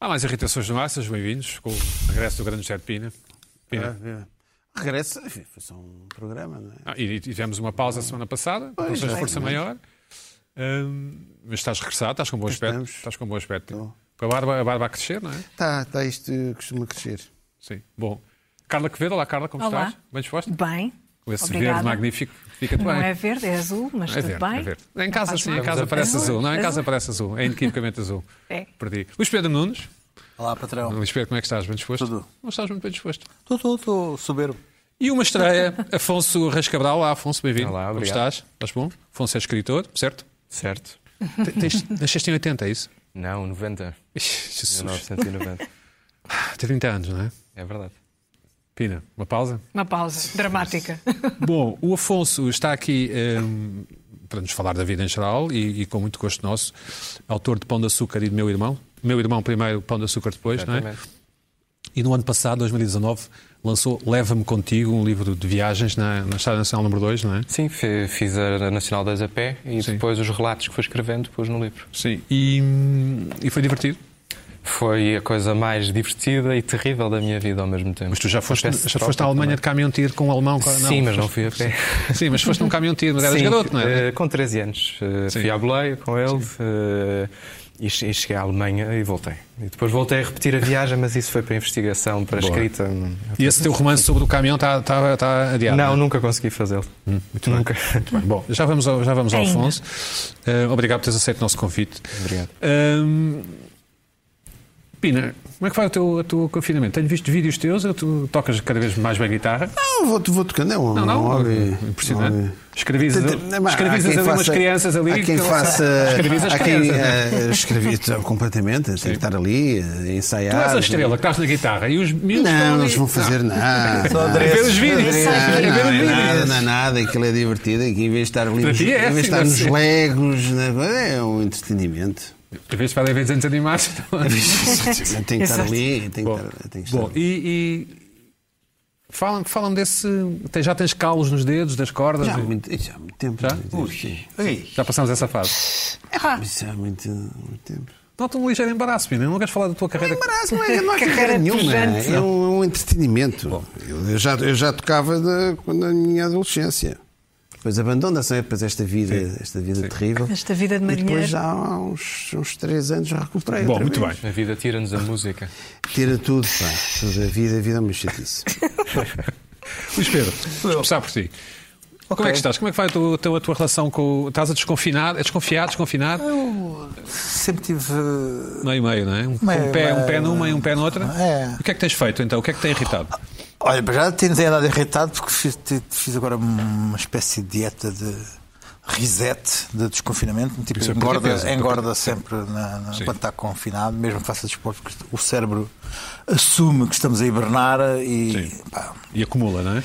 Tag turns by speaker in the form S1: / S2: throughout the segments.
S1: Há mais irritações no ar, sejam bem-vindos com o regresso do grande Jair Pina. Pina.
S2: Ah, é. Regressa, enfim, foi só um programa, não é?
S1: Ah, e e tivemos uma pausa a semana passada,
S2: Pois,
S1: não seja
S2: é,
S1: força
S2: mas-
S1: maior. Ahm, mas estás regressado, estás com bom aspecto.
S2: Estamos.
S1: Estás com bom aspecto.
S2: Estou.
S1: Com a barba, a barba a crescer, não é?
S2: Tá, tá, isto costuma crescer.
S1: Sim. Bom. Carla Quevedo, olá Carla, como
S3: Olá.
S1: estás? Bem disposta?
S3: Bem.
S1: Com esse
S3: obrigada.
S1: verde é magnífico, fica-te
S3: Não
S1: bem.
S3: é verde, é azul, mas
S1: É
S3: tudo
S1: verde,
S3: bem.
S1: é verde. Em casa,
S3: Faz
S1: sim,
S3: mal.
S1: em casa parece azul.
S3: Azul,
S1: Não, em
S3: azul.
S1: casa parece azul. É inequivocamente azul.
S3: É.
S1: Perdi. Luís Pedro Nunes.
S4: Olá, patrão.
S1: Luís Pedro, como é que estás? Bem disposto?
S4: Tudo.
S1: Não estás muito bem disposto.
S4: Estou, estou, estou soberbo.
S1: E uma estreia, Afonso Reis Cabral. Olá, Afonso, bem-vindo.
S5: Olá,
S1: Como
S5: obrigado.
S1: estás? Estás bom? Afonso é escritor, certo?
S5: Certo?
S1: Te- tens- Nasceste em 80, é isso? É
S5: Não, 90.
S1: Ixi, Jesus.
S5: 1990.
S1: Tem 30 anos, não é?
S5: é verdade.
S1: Pina, uma pausa?
S3: Uma pausa dramática.
S1: Bom, o Afonso está aqui hum, para nos falar da vida em geral e, e com muito gosto nosso, autor de Pão de Açúcar e de Meu Irmão. Meu Irmão primeiro, Pão de Açúcar depois, não é?
S5: Exatamente.
S1: E no ano passado, 2019, lançou Leva-me Contigo, um livro de viagens na, na Estrada Nacional número 2, não é?
S5: Sim, fi- fiz a Nacional 10 a pé e
S1: Sim.
S5: depois os relatos que fui escrevendo pus no livro.
S1: Sim. E, hum, e foi divertido.
S5: Foi a coisa mais divertida e terrível da minha vida ao mesmo tempo.
S1: Mas tu já foste,
S5: Uma espécie de
S1: já foste à
S5: tropa
S1: Alemanha de
S5: também.
S1: caminhão de tiro com um alemão? claro,
S5: Sim, mas não
S1: foste-
S5: fui a pé.
S1: Sim, mas foste num caminhão de tiro, mas eras
S5: Sim,
S1: garoto, não é?
S5: eh, Com 13 anos. eh,
S1: Sim.
S5: Fui à boleia com ele eh, e che- e cheguei à Alemanha e voltei. E depois voltei a repetir a viagem, mas isso foi para investigação, para
S1: Boa.
S5: escrita.
S1: E esse teu romance sobre o caminhão está, está, está adiado?
S5: Não,
S1: é?
S5: nunca consegui fazê-lo.
S1: Hum,
S5: nunca.
S1: Bom, já vamos ao, já vamos ao
S3: Ainda.
S1: Afonso. Eh, obrigado por teres aceito o nosso convite.
S5: Obrigado.
S1: Ahm, Pina, como é que vai o teu, o teu confinamento? Tenho visto vídeos teus, tu tocas cada vez mais bem guitarra.
S2: Não, vou, vou tocando, é um
S1: Não, não,
S2: hobby.
S1: impressionante.
S2: hobby.
S1: Escravizas,
S2: Tem- tem-
S1: escravizas
S2: há
S1: ali
S2: quem
S1: umas
S2: faça-
S1: crianças ali.
S2: Há quem
S1: que-
S2: faça.
S1: Escravizas
S2: Há quem
S1: crianças. não é?
S2: eh, escraviza completamente, tem que estar ali, eh, ensaiar.
S1: Tu és a estrela que estás na guitarra e os miúdos estão
S2: Não,
S1: ali.
S2: eles vão fazer nada.
S4: Só
S2: Não,
S1: É ver os
S4: adereços.
S1: vídeos. É
S2: Não,
S1: ver os
S2: não, é
S1: vídeos.
S2: nada, não é nada, aquilo é divertido. Aqui, em vez de estar ali,
S1: Para
S2: nos,
S1: ti é,
S2: em vez de
S1: sim,
S2: estar
S1: deve
S2: nos
S1: ser.
S2: legos, né, é um entretenimento.
S1: Às vezes podem ver desenhos animados.
S2: Tem que estar
S3: Exato.
S2: ali, tem que
S1: Bom,
S2: estar. Tem que estar
S1: bom e, e falam, falam desse. tem- já tens calos nos dedos, das cordas?
S2: Já há
S1: do-
S2: muito, já há muito tempo.
S1: Já?
S2: né? Sim.
S4: Ei,
S1: Já passamos essa fase.
S3: Ah,
S2: Isso há muito, muito tempo.
S1: Nota um ligeiro embaraço, Pina. Não queres falar da tua carreira?
S2: Embaraço não é, não há
S3: Carreira
S2: carreira nenhuma.
S3: pujante.
S2: É um, é um entretenimento. Eu, eu já, eu já tocava da- quando na minha adolescência. Depois abandono-se, depois esta vida, esta vida terrível.
S3: Esta vida de
S2: E depois
S3: marinheiro.
S2: já há uns, uns três anos já recuperei.
S1: Bom,
S2: outra
S1: muito
S2: vez.
S1: bem.
S5: A vida tira-nos a música.
S2: Tira tudo, pá. Tudo, a vida, a vida é uma chatice.
S1: Luís Pedro, vamos começar por ti. Como é que estás? Como é que vai a tua, a tua- a tua relação com. o- Estás a desconfinar? A desconfiar, desconfinar?
S4: sempre tive.
S1: Meio, meio, não é? Um,
S4: Meio,
S1: um pé, um pé
S4: meio,
S1: numa e um pé noutra.
S4: É.
S1: O que é que tens feito então? O que é que te tem irritado?
S4: Olha, para já tenho andado irritado porque fiz, te- fiz agora uma espécie de dieta de reset de desconfinamento. Tipo,
S1: Isso é perder
S4: engorda,
S1: peso, é
S4: engorda sempre na- na-
S1: Sim.
S4: quando está confinado, mesmo que faça desporto, porque o cérebro assume que estamos a hibernar e.
S1: Sim.
S4: pá,
S1: E acumula, não é?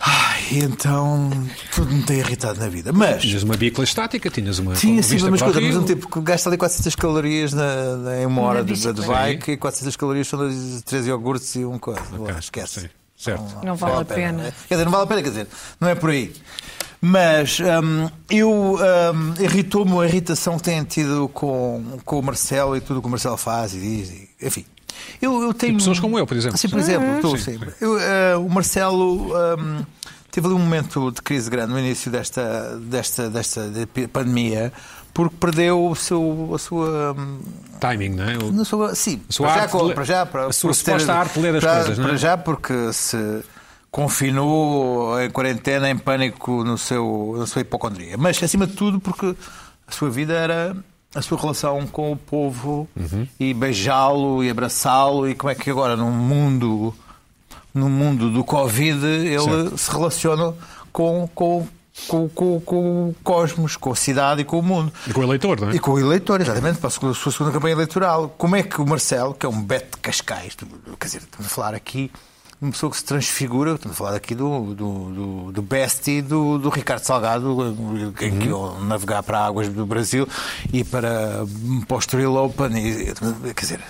S4: ai, então tudo me tem irritado na vida. Mas.
S1: Tinhas uma bicla estática, tinhas uma.
S4: Sim,
S1: é? com
S4: sim,
S1: vista
S4: mas
S1: para o
S4: coisa, mas
S1: rio.
S4: um tipo que gasta ali 400 calorias na, na- em uma
S3: Na
S4: hora de, de
S3: bicicleta.
S4: bike e 400 calorias são dois- três iogurtes e um coisa. Lá, esquece.
S1: sim, certo.
S3: Não vale a pena.
S4: Quer dizer, não vale a pena, quer dizer, não é por aí. Mas hum, eu hum, irritou-me a irritação que têm tido com, com o Marcelo e tudo o que o Marcelo faz e diz. e- enfim. Eu, eu tenho. Ah,
S1: pessoas como eu, por exemplo.
S4: Sim, por
S3: Ah,
S4: exemplo, tu,
S1: Sim,
S4: sim. Eu, eh, o Marcelo hum, teve ali um momento de crise grande no início desta, desta, desta de- pandemia porque perdeu o seu, a sua. hum,
S1: Timing, não é? O-
S4: na sua- sim,
S1: A sua
S4: para, já,
S1: arte de
S4: com-
S1: ler-
S4: para já, para,
S1: a sua
S4: por se ter-
S1: suposta arte de ler as
S4: para-
S1: coisas, não é?
S4: Para já, porque se confinou em quarentena, em pânico no seu, na sua hipocondria. Mas, acima de tudo, porque a sua vida era a sua relação com o povo
S1: Uhum.
S4: e beijá-lo e abraçá-lo. E como é que agora, num mundo, num mundo do Covid, ele
S1: Certo.
S4: se relaciona com. com com, com- com o cosmos, com a cidade e com o mundo.
S1: E com o eleitor, não é?
S4: E com o eleitor, exatamente, para a sua sua segunda campanha eleitoral. Como é que o Marcelo, que é um beto de Cascais, tu- quer dizer, estamos a falar aqui de uma pessoa que se transfigura, estamos a falar aqui do, do, do, do bestie do, do Ricardo Salgado, que que
S1: Uhum.
S4: ao navegar para águas do Brasil e para, para o Estoril Open, e, quer dizer,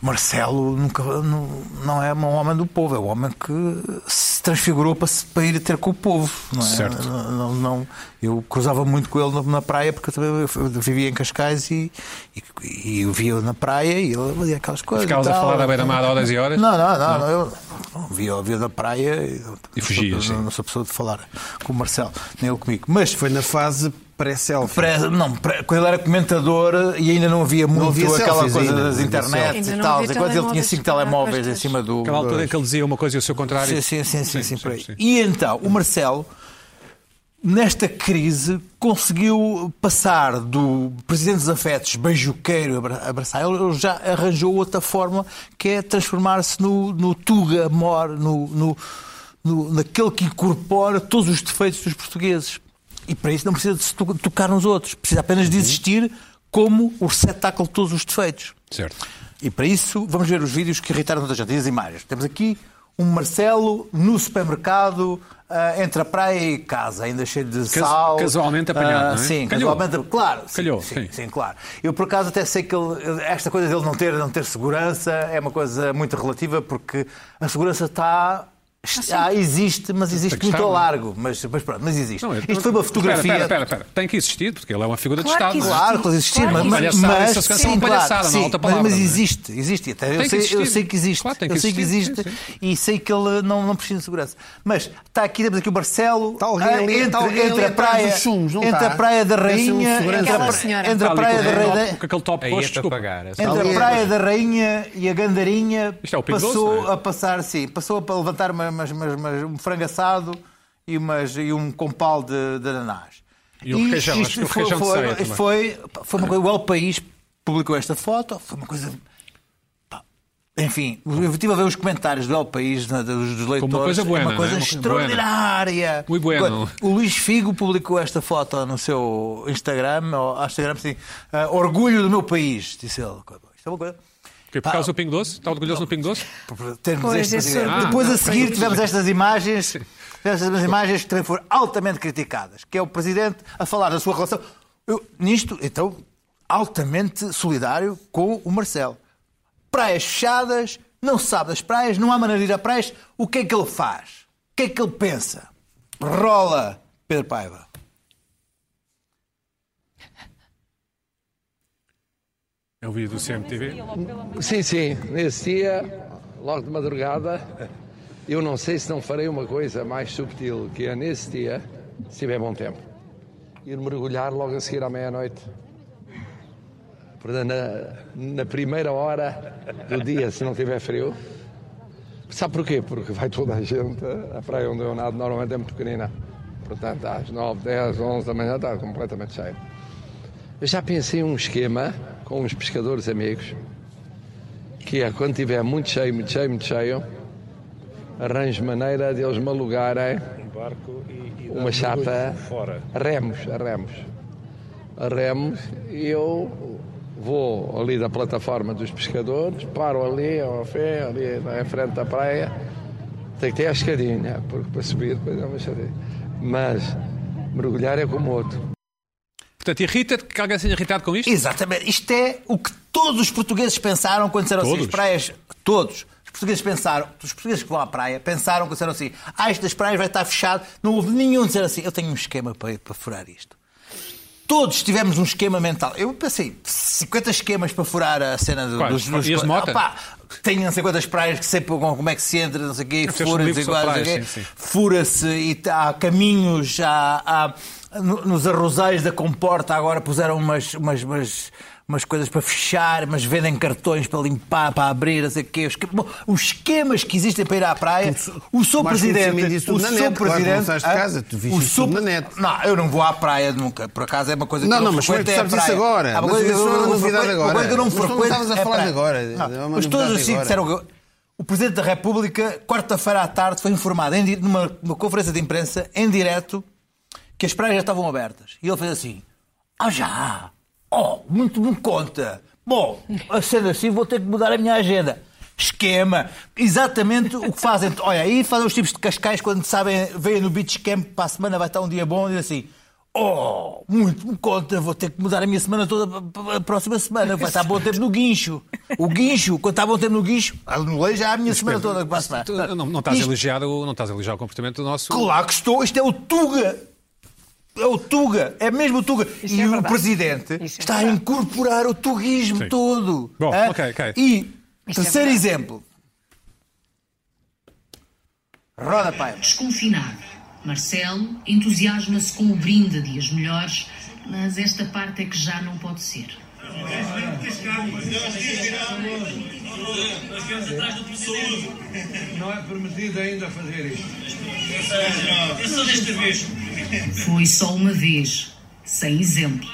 S4: Marcelo nunca, não, não é um homem do povo, é um homem que se transfigurou para, se- para ir ter com o povo. Não é?
S1: Certo.
S4: Não, não- não- eu cruzava muito com ele na, na praia, porque eu também eu vivia em Cascais e, e, e eu via na praia e ele fazia aquelas coisas. e
S1: Ficavas a
S4: tal.
S1: falar da beira-mar horas e horas?
S4: Não, não, não. não, eu não via, via da praia e, não-
S1: E fugias,
S4: Não,
S1: sim.
S4: não sou pessoa de falar com o Marcelo, nem ele comigo. Mas
S2: Foi na fase pré-selfie.
S4: Pré- não, pré- quando ele era comentador e ainda não havia muito
S2: havia
S4: aquela
S2: selfies
S4: coisa
S2: ainda,
S4: das
S2: não havia
S4: internets
S3: selfies.
S4: e
S3: Ainda não
S4: tal.
S3: havia
S4: Enquanto ele tinha
S3: telemóveis
S4: cinco
S3: com
S4: telemóveis
S3: estas-
S4: acima do.
S1: Aquela altura em que ele dizia uma coisa e o seu contrário.
S4: Sim, sim, sim, sim, sim, por aí.
S1: sim.
S4: E então, o Marcelo, nesta crise, conseguiu passar do presidente dos afetos, beijoqueiro, abra- abraçar. Ele ele já arranjou outra forma que é transformar-se no, no Tuga Mor, no, no, no- naquele que incorpora todos os defeitos dos portugueses. E para isso não precisa de se to- tocar nos outros, precisa apenas de existir como o receptáculo de todos os defeitos.
S1: Certo.
S4: E para isso, vamos ver os vídeos que irritaram toda a gente e as imagens. Temos aqui um Marcelo no supermercado, ah, entre a praia e casa, ainda cheio de sal.
S1: casualmente apanhado, não
S4: Ah,
S1: é?
S4: Sim,
S1: Calhou.
S4: casualmente, claro. sim,
S1: Calhou,
S4: sim,
S1: sim.
S4: sim, claro. Eu, por acaso, até sei que ele- esta coisa dele não ter, não ter segurança é uma coisa muito relativa, porque a segurança está... está- existe, mas existe
S1: que
S4: muito
S1: estar,
S4: ao
S1: não é?
S4: largo. Mas, mas pronto, mas existe.
S1: Não, eu-
S4: Isto foi uma fotografia...
S1: Espera, espera, espera, espera. Tem que existir, porque ele é uma figura de
S3: Claro que
S1: Estado. não é?
S4: Claro, pode existir,
S3: Claro,
S4: mas, mas,
S1: palhaçada, isso
S4: mas
S1: se calhar é uma palhaçada, não há outra
S4: mas-
S1: palavra,
S4: mas
S1: não é?
S4: existe, existe. Até
S1: Tem
S4: eu,
S1: que
S4: sei, eu
S1: existir.
S4: sei que existe,
S1: Claro, tem que
S4: eu sei que
S1: existir,
S4: existe
S1: sim,
S4: e sei que ele não, não precisa de segurança. Mas está aqui, temos aqui o Marcelo,
S2: Está Tá alguém
S4: ah,
S2: ali,
S4: entre,
S2: está alguém
S4: entre
S2: ali
S4: a
S2: atrás
S4: praia,
S2: dos sumos, não
S4: entre
S2: está?
S4: a praia da
S2: Deve ser um
S4: rainha,
S2: segurança.
S4: entre a,
S3: Aquela
S4: pra-
S3: senhora.
S4: entre
S1: Está
S4: a
S1: ali
S4: praia
S1: com
S4: da
S1: aquele
S4: rainha,
S1: top- com aquele top
S5: Aí é
S1: rosto.
S5: para pagar. essa-
S4: entre
S2: ali.
S4: a praia da rainha e a gandarinha
S1: Isto é o Pingo Doce,
S4: passou
S1: não é?
S4: a passar, sim, passou a levantar uma- umas- umas- umas- um frango assado e, umas- e um compal de, de ananás.
S1: E um requeijão, acho que um
S4: foi,
S1: requeijão de ceia
S4: foi,
S1: também.
S4: foi, foi uma coisa. O El País publicou esta foto, foi uma coisa. pá, Enfim, eu estive a ver os comentários do El País, na- dos, dos leitores.
S1: coisa
S4: é
S1: buena,
S4: uma coisa
S1: não é? Uma coisa buena.
S4: extraordinária.
S1: Muy bueno.
S4: O Luís Figo publicou esta foto no seu Instagram, ou ao Instagram assim, ah, orgulho do meu país, disse ele. Isto é uma coisa.
S1: Porque por
S4: Pá,
S1: causa do Pingo Doce? Está orgulhoso do Pingo Doce?
S4: por- por termos
S3: Pois,
S4: este
S3: esse
S4: presidente. Ah,
S3: orgulho
S4: é Depois
S3: não
S4: a seguir
S3: foi.
S4: tivemos estas imagens, tivemos estas imagens que também foram altamente criticadas, que é o presidente a falar da sua relação. Eu, nisto, então, altamente solidário com o Marcelo. Praias fechadas, não se sabe das praias, não há maneira de ir a praias. O que é que ele faz? O que é que ele pensa? Rola, Pedro Paiva.
S1: É o vídeo do CMTV.
S6: Sim, sim. Nesse dia, logo de madrugada, eu não sei se não farei uma coisa mais subtil, que é nesse dia, se tiver bom tempo, ir mergulhar logo a seguir à meia-noite. Portanto, na, na primeira hora do dia, se não tiver frio. Sabe porquê? Porque vai toda a gente. A praia onde eu nado normalmente é muito pequenina. Portanto, às 9, 10, 11 da manhã está completamente cheio. Eu já pensei em um esquema com uns pescadores amigos que é quando tiver muito cheio, muito cheio, muito cheio, arranjo maneira de eles me alugarem uma chapa a remos, a remos. A remos e eu vou ali da plataforma dos pescadores, paro ali ao fé, ali na em frente da praia, tem que ter a escadinha, porque para subir depois é uma chadinha. Mas mergulhar é como outro.
S1: Portanto, irrita-te que alguém seja irritado com isto?
S4: Exatamente. Isto é o que todos os portugueses pensaram quando disseram assim:
S1: Todos?
S4: as praias. Todos. Os portugueses pensaram, os portugueses que vão à praia, pensaram quando disseram assim: ah, isto das praias vai estar fechado. Não houve nenhum dizer assim: eu tenho um esquema para, para furar isto. Todos tivemos um esquema mental. Eu pensei, 50 esquemas para furar a cena do,
S1: Quais?
S4: dos, dos...
S1: E as motas?
S4: Ah, pá, tenho não sei quantas praias que sei como como é que se entra, não sei o quê,
S1: Eu fizeste um
S4: fura, não
S1: livro
S4: sei
S1: sobre
S4: quais, não sei o
S1: praias,
S4: quê.
S1: sim, sim.
S4: Fura-se e t- há caminhos, há, há- no- nos arrozais da comporta agora puseram umas, umas, umas, umas coisas para fechar, mas vendem cartões para limpar, para abrir, não sei o quê. Os, que- bom, os esquemas que existem para ir à praia, o seu
S2: Mas tu também
S4: presidente.
S2: dizes tudo
S4: O
S2: na
S4: seu
S2: net, claro, não
S4: presidente.
S2: sais de
S4: ah,
S2: casa, tu viste
S4: o
S2: isso
S4: seu-
S2: tudo na net.
S4: Não, eu não vou à praia nunca, por acaso é uma coisa que
S2: Não,
S4: eu
S2: não, mas
S4: frequento,
S2: tu
S4: é a
S2: sabes isso
S4: praia.
S2: agora.
S4: Há uma
S2: Mas
S4: coisa que
S2: isso
S4: eu
S2: não é
S4: não
S2: novidade
S4: frequento- uma
S2: agora.
S4: coisa que eu não
S2: Mas tu não
S4: frequento
S2: estavas a
S4: é
S2: falar
S4: praia.
S2: de agora.
S4: Não,
S2: É uma
S4: Mas todos
S2: novidade
S4: os cinco
S2: agora.
S4: disseram que o Presidente da República, quarta-feira à tarde, foi informado em di- numa, numa conferência de imprensa, em direto, que as praias já estavam abertas. E ele fez assim: Ah, já! Oh, muito me conta! Bom, sendo assim, vou ter que mudar a minha agenda. Esquema, exatamente o que fazem. Olha, aí fazem os tipos de Cascais quando sabem, veem no Beach Camp para a semana vai estar um dia bom e dizem assim: Oh, muito me conta, vou ter que mudar a minha semana toda para- para a próxima semana. Vai estar bom tempo no guincho. O guincho, quando está bom tempo no guincho, anulei já a minha semana toda que vai estar.
S1: Tu Não, não estás a
S4: Isto-
S1: elogiar o, não estás a elogiar o comportamento do nosso.
S4: Claro que estou, isto é o Tuga. É o Tuga, é mesmo o Tuga.
S3: Isso
S4: e
S3: é
S4: o
S3: verdade.
S4: presidente
S3: Isso é
S4: está a
S3: verdade.
S4: incorporar o tuguismo
S1: Sim.
S4: todo.
S1: Bom,
S4: Hã?
S1: ok, ok.
S3: Isso
S4: E,
S3: é
S4: terceiro
S3: verdade.
S4: exemplo. Roda, pai.
S7: Desconfinado. Marcelo entusiasma-se com o brinde de as melhores, mas esta parte é que já não pode ser.
S6: Não é permitido ainda fazer isto.
S7: Foi só uma vez, sem exemplo.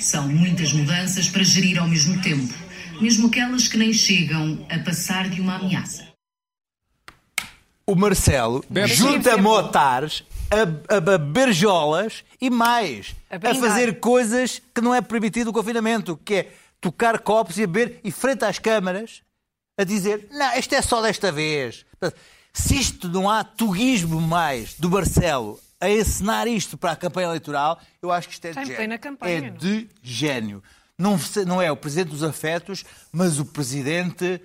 S7: São muitas mudanças para gerir ao mesmo tempo, mesmo aquelas que nem chegam a passar de uma ameaça.
S4: O Marcelo junta motares a, a beber jolas e mais.
S3: A
S4: A,
S3: brindar.
S4: fazer coisas que não é permitido o confinamento, que é tocar copos e beber e frente às câmaras a dizer não, isto é só desta vez. Portanto, Se isto não há tuguismo mais do Marcelo a encenar isto para a campanha eleitoral, eu acho que isto é
S3: Está em
S4: de
S3: plena
S4: gênio.
S3: campanha,
S4: É
S3: não?
S4: de gênio. Não, se- não é o presidente dos afetos, mas o presidente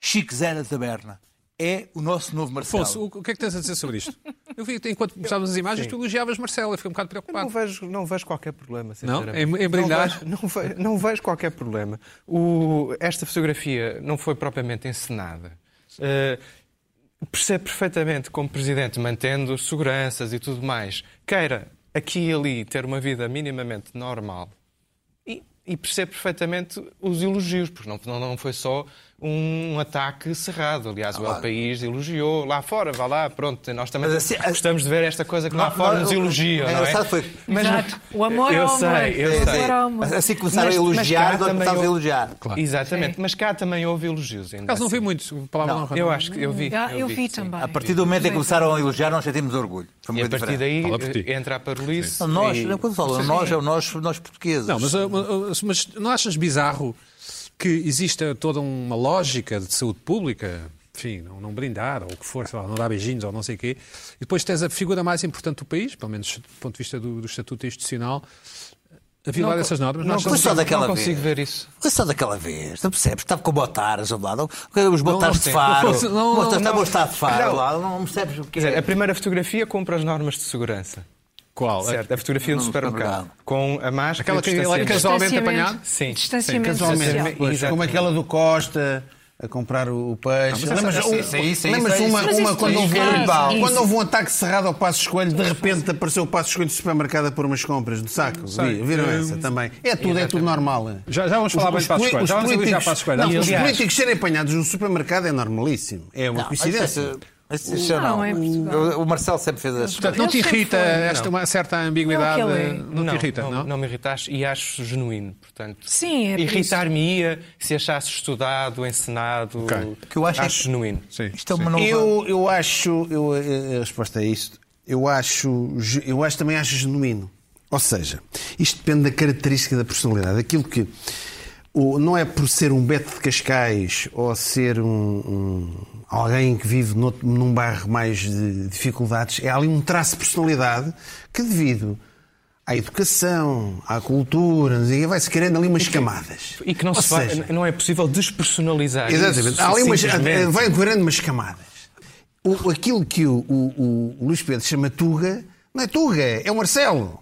S4: Chico Zé da Taberna. É o nosso novo Marcelo.
S1: Afonso, o, o que é que tens a dizer sobre isto? Eu vi, enquanto mostrávamos as imagens, tu elogiavas Marcelo, eu fiquei um bocado
S5: Não
S1: preocupado.
S5: vejo, não vejo qualquer problema, sinceramente.
S1: Em- em brindar?
S5: Não vejo, não vejo- não vejo qualquer problema. O- esta fotografia não foi propriamente encenada. Eh, percebe perfeitamente como presidente, mantendo seguranças e tudo mais, queira aqui e ali ter uma vida minimamente normal e, e percebe perfeitamente os elogios, porque não, não, não foi só um ataque cerrado. Aliás, o El País elogiou lá fora, vá lá, pronto, nós também
S4: Ah, Mas assim, a-
S5: gostamos de ver esta coisa que lá
S4: Não,
S5: fora
S4: Ah, não,
S5: nos
S4: o-
S5: elogia.
S4: o
S5: não é?
S4: engraçado foi- É,
S3: Exato. O amor
S5: eu
S3: ao
S5: sei,
S3: amor.
S5: eu
S3: é O
S5: sei.
S3: amor ao amor.
S4: Assim que começaram
S5: Mas-
S4: a elogiar,
S5: mas cá
S4: agora começaram a
S5: também eu-
S4: elogiar.
S3: É.
S5: Exatamente, mas cá também houve elogios. Ainda
S1: Caso não vi
S5: assim.
S1: muito, palavra não, honra.
S5: Eu acho que eu vi.
S3: Ah, eu vi
S5: sim.
S3: também.
S4: A partir do momento em que começaram a elogiar, nós já temos orgulho. Foi
S5: E a
S4: muito
S5: partir
S4: diferente.
S5: daí
S1: Fala por ti.
S5: eh, entra a parolice.
S4: Não, Nós,
S5: e-
S4: não, quando falam nós, é o nós, nós portugueses.
S1: Não, mas, uh, uh, uh, mas não achas bizarro que exista toda uma lógica de saúde pública? Enfim, não, não brindar, ou o que for, sei lá, não dar beijinhos, ou não sei o quê. E depois tens a figura mais importante do país, pelo menos do ponto de vista do, do estatuto institucional, a violar
S5: co-
S1: essas normas.
S5: não
S1: Nós
S4: Foi
S1: somos-
S4: só daquela
S5: não consigo
S4: vez.
S5: ver isso.
S4: Foi só daquela vez, não percebes? Estava com botares ao lado, os botares de
S5: sei.
S4: faro.
S1: Não, não,
S4: Botares-
S1: não.
S4: Estava a estar de faro
S5: Não.
S4: lá, não percebes o que
S5: Quer dizer,
S4: é.
S5: a primeira fotografia cumpre as normas de segurança.
S1: Qual?
S5: Certo, a fotografia do
S4: Não,
S5: supermercado.
S4: supermercado.
S5: Com a máscara.
S1: Aquela
S5: e o
S1: que ele é casual.
S5: distanciamento.
S1: Casualmente
S3: Distanciamento-
S1: apanhado?
S5: Sim.
S3: Distanciamento
S5: Sim,
S2: Atualmente,
S3: social.
S5: Exatamente.
S2: pois, como aquela do Costa a comprar o o peixe.
S1: Ah, mas
S2: Lembras
S1: essa-
S2: um-
S4: essa- isso, isso,
S2: lembras
S4: isso,
S2: uma,
S4: isso,
S2: uma
S4: isso,
S2: quando,
S4: isso,
S2: houve,
S4: isso,
S2: um-
S4: isso.
S2: quando houve um ataque cerrado ao Passo Escolho, de repente apareceu o Passo Escolho do supermercado a pôr umas compras no saco? Vi- Viram essa também? É tudo, é tudo normal.
S1: Já- já vamos falar bem de Passos
S2: poli-
S1: Coelho, já vamos
S2: políticos-
S1: elogiar Passos Coelho.
S2: não, os
S1: Aliás-
S2: políticos serem apanhados no supermercado é normalíssimo. É uma
S4: Não, mas
S2: coincidência.
S4: isso- mas isso já
S3: Não, é Portugal.
S4: O o Marcelo sempre fez as
S1: Portanto, não te
S3: Ele sempre
S1: irrita
S3: foi,
S1: esta uma certa ambiguidade?
S3: Não, que ele é.
S1: Não, te irrita, não?
S5: me irrita acho- e acho genuíno, portanto.
S3: Sim, é por isso.
S5: Irritar-me-ia se achasse estudado, encenado.
S1: Ok.
S4: Que eu acho é que-
S5: genuíno.
S1: Sim.
S4: Isto é uma nova.
S2: Eu, eu acho, eu, a a resposta é isto. Eu acho, ge- eu acho também acho genuíno. Ou seja, isto depende da característica da personalidade. Aquilo que o- não é por ser um Beto de Cascais ou ser um, um- alguém que vive noutro- num bairro mais de dificuldades, é ali um traço de personalidade que devido à educação, à cultura, não sei o quê, vai-se querendo ali umas camadas.
S5: E que não,
S2: Ou
S5: se vai-
S2: seja,
S5: não é possível despersonalizar.
S2: Exatamente.
S5: Isso,
S2: Há ali umas, eh,
S5: simplesmente. É
S2: vai guardando umas camadas. O, aquilo que o, o, o Luís Pedro chama Tuga, não é Tuga, é o Marcelo.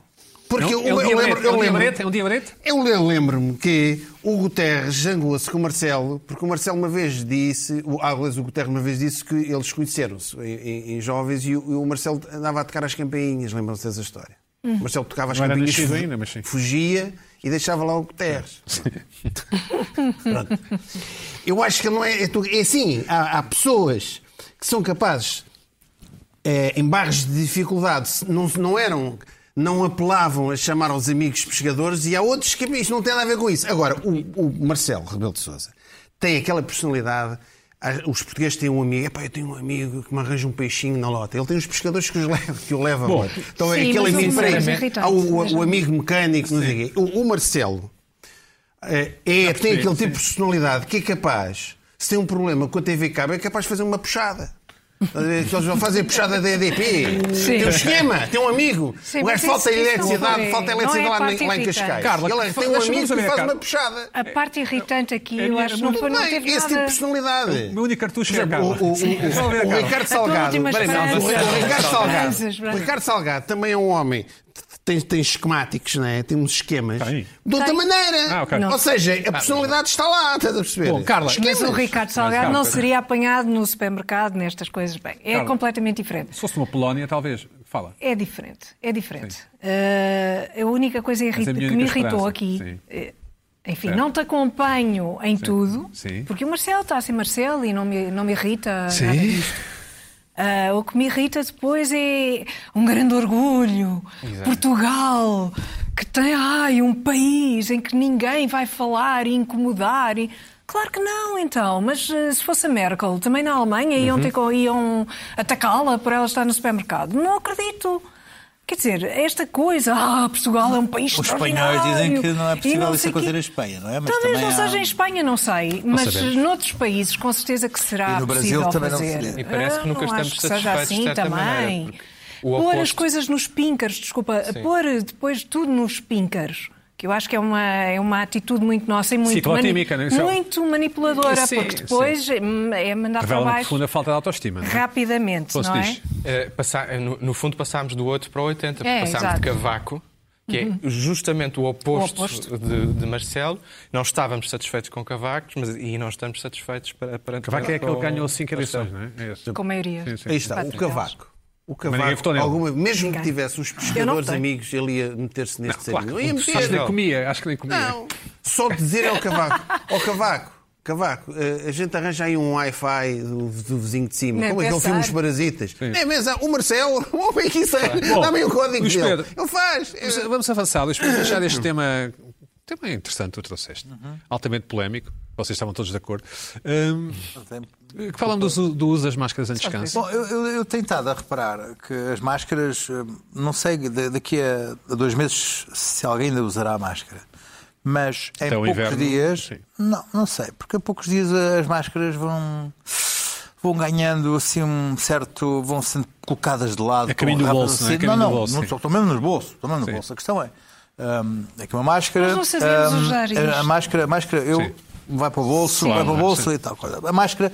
S2: Porque
S1: Não,
S2: eu,
S1: é um
S2: eu
S1: diabrete,
S2: lembro.
S1: é um
S2: Eu
S1: diabrete, é um diabrete?
S2: lembro eu le- lembro-me que o Guterres zangou-se com o Marcelo, porque o Marcelo uma vez disse, o, ah, aliás, o Guterres uma vez disse que eles conheceram-se em, em- em jovens e o, e o Marcelo andava a tocar as campainhas, lembram-se dessa história? O Marcelo tocava as
S1: Não era
S2: campainhas,
S1: nascido
S2: fu-
S1: ainda, mas sim.
S2: fugia e deixava lá o Guterres. Pronto. Eu acho que não é. É, tu- é assim, há, há pessoas que são capazes, eh, em barros de dificuldade, se- não, não eram. Não apelavam a chamar aos amigos pescadores e há outros que isto não tem nada a ver com isso. Agora, o, o Marcelo Rebelo de Souza tem aquela personalidade. ah, Os portugueses têm um amigo, epá, eu tenho um amigo que me arranja um peixinho na lota. Ele tem os pescadores que, os levam, que o levam.
S1: Bom,
S2: lá. então é
S3: Sim,
S2: aquele
S3: mas
S2: amigo
S3: houve uma coisa
S2: para-
S3: irritante,
S2: Há o, o-
S3: mas-
S2: o amigo mecânico, não sei o quê. O- o Marcelo é, é, tem aquele tipo de personalidade que é capaz, se tem um problema com a TV Cabo, é capaz de fazer uma puxada. Estás a ver? Que Eles vão fazer puxada da EDP.
S3: Sim.
S2: Tem um esquema, tem um amigo.
S3: Sim,
S2: o
S3: mas
S2: gajo falta
S3: isso- isso não
S2: eletricidade,
S3: é-
S2: falta
S3: não é
S2: eletricidade lá,
S3: parte
S2: em- lá em
S3: irritante.
S2: Cascais.
S1: Carla,
S2: ele tem um
S1: deixa-me
S2: amigo
S1: saber,
S2: que faz
S1: Carla.
S2: uma puxada.
S3: A parte irritante aqui, eu
S5: minha-
S3: acho que não, foi, não
S2: Bem,
S3: teve
S2: esse tipo de
S3: nada.
S1: O
S2: personalidade.
S1: meu único cartucho
S2: Por
S1: é a
S2: exemplo,
S1: Carla.
S2: o, o- o- o
S3: É
S2: Ricardo Salgado.
S3: última
S2: Peraí, não,
S3: esperança.
S2: o Ricardo Salgado.
S3: Esperanças,
S2: O Ricardo Salgado também é um homem. Tem, tem esquemáticos, né? tem uns esquemas.
S1: Tem.
S2: De outra
S3: Tem.
S2: maneira.
S1: Ah, ok.
S2: Ou seja, a personalidade está lá, estás a perceber?
S1: Bom, Carla,
S3: Mas o
S2: Esquemas.
S3: Ricardo Salgado
S1: Mas,
S3: não
S1: calma.
S3: seria apanhado no supermercado, nestas coisas. Bem, é
S1: Calma.
S3: completamente diferente.
S1: Se fosse uma Polónia, talvez. Fala.
S3: É diferente, é diferente. Eh, a única coisa irrita-
S1: Mas a minha
S3: que me
S1: única
S3: irritou
S1: esperança,
S3: aqui,
S1: sim. É.
S3: eh, enfim, não te acompanho em tudo,
S1: Sim.
S3: porque o Marcelo está a ser Marcelo e não me, não me irrita
S1: Sim.
S3: nada disto. Ah, o que me irrita depois é um grande orgulho. Portugal, que tem ai, um país em que ninguém vai falar e incomodar. e- Claro que não, então. Mas eh, se fosse a Merkel, também na Alemanha iam,
S4: Uhum.
S3: ter co- iam atacá-la por ela estar no supermercado. Não acredito. Quer dizer, esta coisa, ah, Portugal é um país
S4: Os espanhóis dizem que não é
S3: e
S4: possível
S3: não sei
S4: isso
S3: quê.
S4: acontecer em Espanha, não é? Mas
S3: Talvez
S4: também
S3: não
S4: há-
S3: seja em Espanha, não sei, mas
S1: sabemos.
S3: noutros países com certeza que será
S4: E no Brasil
S3: possível
S4: também não
S3: fazer.
S4: seria.
S5: E parece
S3: Eu
S5: que nunca
S3: não
S5: estamos
S3: acho que seja
S5: satisfeitos de
S3: assim
S5: certa maneira,
S3: também.
S5: porque o
S3: Pôr as
S5: oposto-
S3: coisas nos píncaros, desculpa, pôr depois tudo nos píncaros. Que eu acho que é uma, é uma atitude muito nossa e muito,
S1: Ciclotímica, não é isso?
S3: muito manipuladora,
S1: Sim,
S3: porque depois hum, é mandar para
S1: Revela uma
S3: baixo
S1: profunda falta de autoestima. não é?
S3: rapidamente,
S1: Como se
S3: não é?
S1: diz?
S5: Eh, passa- no, no fundo passámos do 8 para o 80,
S3: É,
S5: passámos
S3: exato. Uhum.
S5: de Cavaco, que é justamente o oposto,
S3: O oposto.
S5: De, de Marcelo. Não estávamos satisfeitos com Cavacos mas, e não estamos satisfeitos para, para
S1: Cavaco é aquele que ganhou cinco
S5: Marcelo.
S1: eleições, não é? É esse.
S3: Com maioria.
S1: Sim, sim.
S2: Aí está, o
S3: Patrick
S2: cavaco. O
S1: ninguém votou
S2: cavaco,
S1: nele.
S2: alguma, mesmo
S3: Ninguém.
S2: que tivesse uns
S3: Eu não
S2: pescadores
S3: votei.
S2: amigos, ele ia meter-se
S4: é
S2: neste sarinho.
S1: Claro,
S2: Não ia
S1: acho que nem
S2: meter.
S1: comia, acho que é nem comia.
S2: Não, só dizer ao cavaco. Ó cavaco, cavaco, eh, a gente arranja aí um Wi-Fi do, do vizinho de cima.
S3: Nem
S2: Como é que ele
S3: pensar.
S2: filme Os Parasitas? É mesmo, o Marcelo, o homem que isso é.
S1: Bom,
S2: Dá-me o código
S1: Luís
S2: dele.
S1: Pedro.
S2: Ele faz.
S1: Vamos, vamos avançar, Luís, para deixar este tema. Tema é interessante, que tu trouxeste. Altamente polémico, vocês estavam todos de acordo. Hum, que falam do, uso- do uso das máscaras antes de descanso.
S4: Bom, eu, eu, eu tenho estado a reparar que as máscaras, hum, não sei, da- daqui a a dois meses se alguém ainda usará a máscara. Mas em
S1: Até o
S4: poucos
S1: inverno,
S4: dias.
S1: sim.
S4: Não, não sei, porque em poucos dias as máscaras vão. Vão ganhando assim um certo. vão sendo colocadas de lado.
S1: A caminho do
S4: com rápido
S1: bolso, não é? A
S4: raciocínio.
S1: caminho
S4: Não,
S1: do
S4: não,
S1: bolso,
S4: não,
S1: sim.
S4: só- estão mesmo nos bolsos. Estão mesmo no
S1: Sim.
S4: bolso. A questão é. hum, é que uma máscara.
S3: Nós não sabemos
S4: hum,
S3: usar
S4: a, a
S3: isto.
S4: máscara, a máscara, eu.
S1: Sim.
S4: vai para o bolso,
S1: Claro,
S4: vai para o
S1: não é?
S4: bolso e tal coisa. A máscara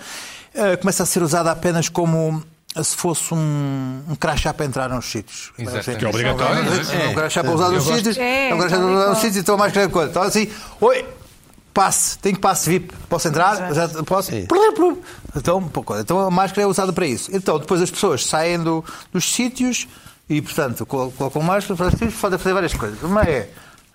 S4: eh, começa a ser usada apenas como eh, se fosse um, um crachá para entrar nos sítios.
S5: Exatamente.
S1: Que é obrigatório, não é?
S4: É um crachá para usar nos sítios,
S3: É,
S4: é um crachá para
S3: tal e
S4: usar nos
S3: qual.
S4: sítios, então a máscara é coisa. Então assim, oi, passe, tenho passe VIP, posso entrar? Já posso? Plum, plum. Então, pô, coisa. então a máscara é usada para isso. Então depois as pessoas saem do- dos sítios e, portanto, col- colocam máscara, fazem assim, podem fazer várias coisas. Uma é,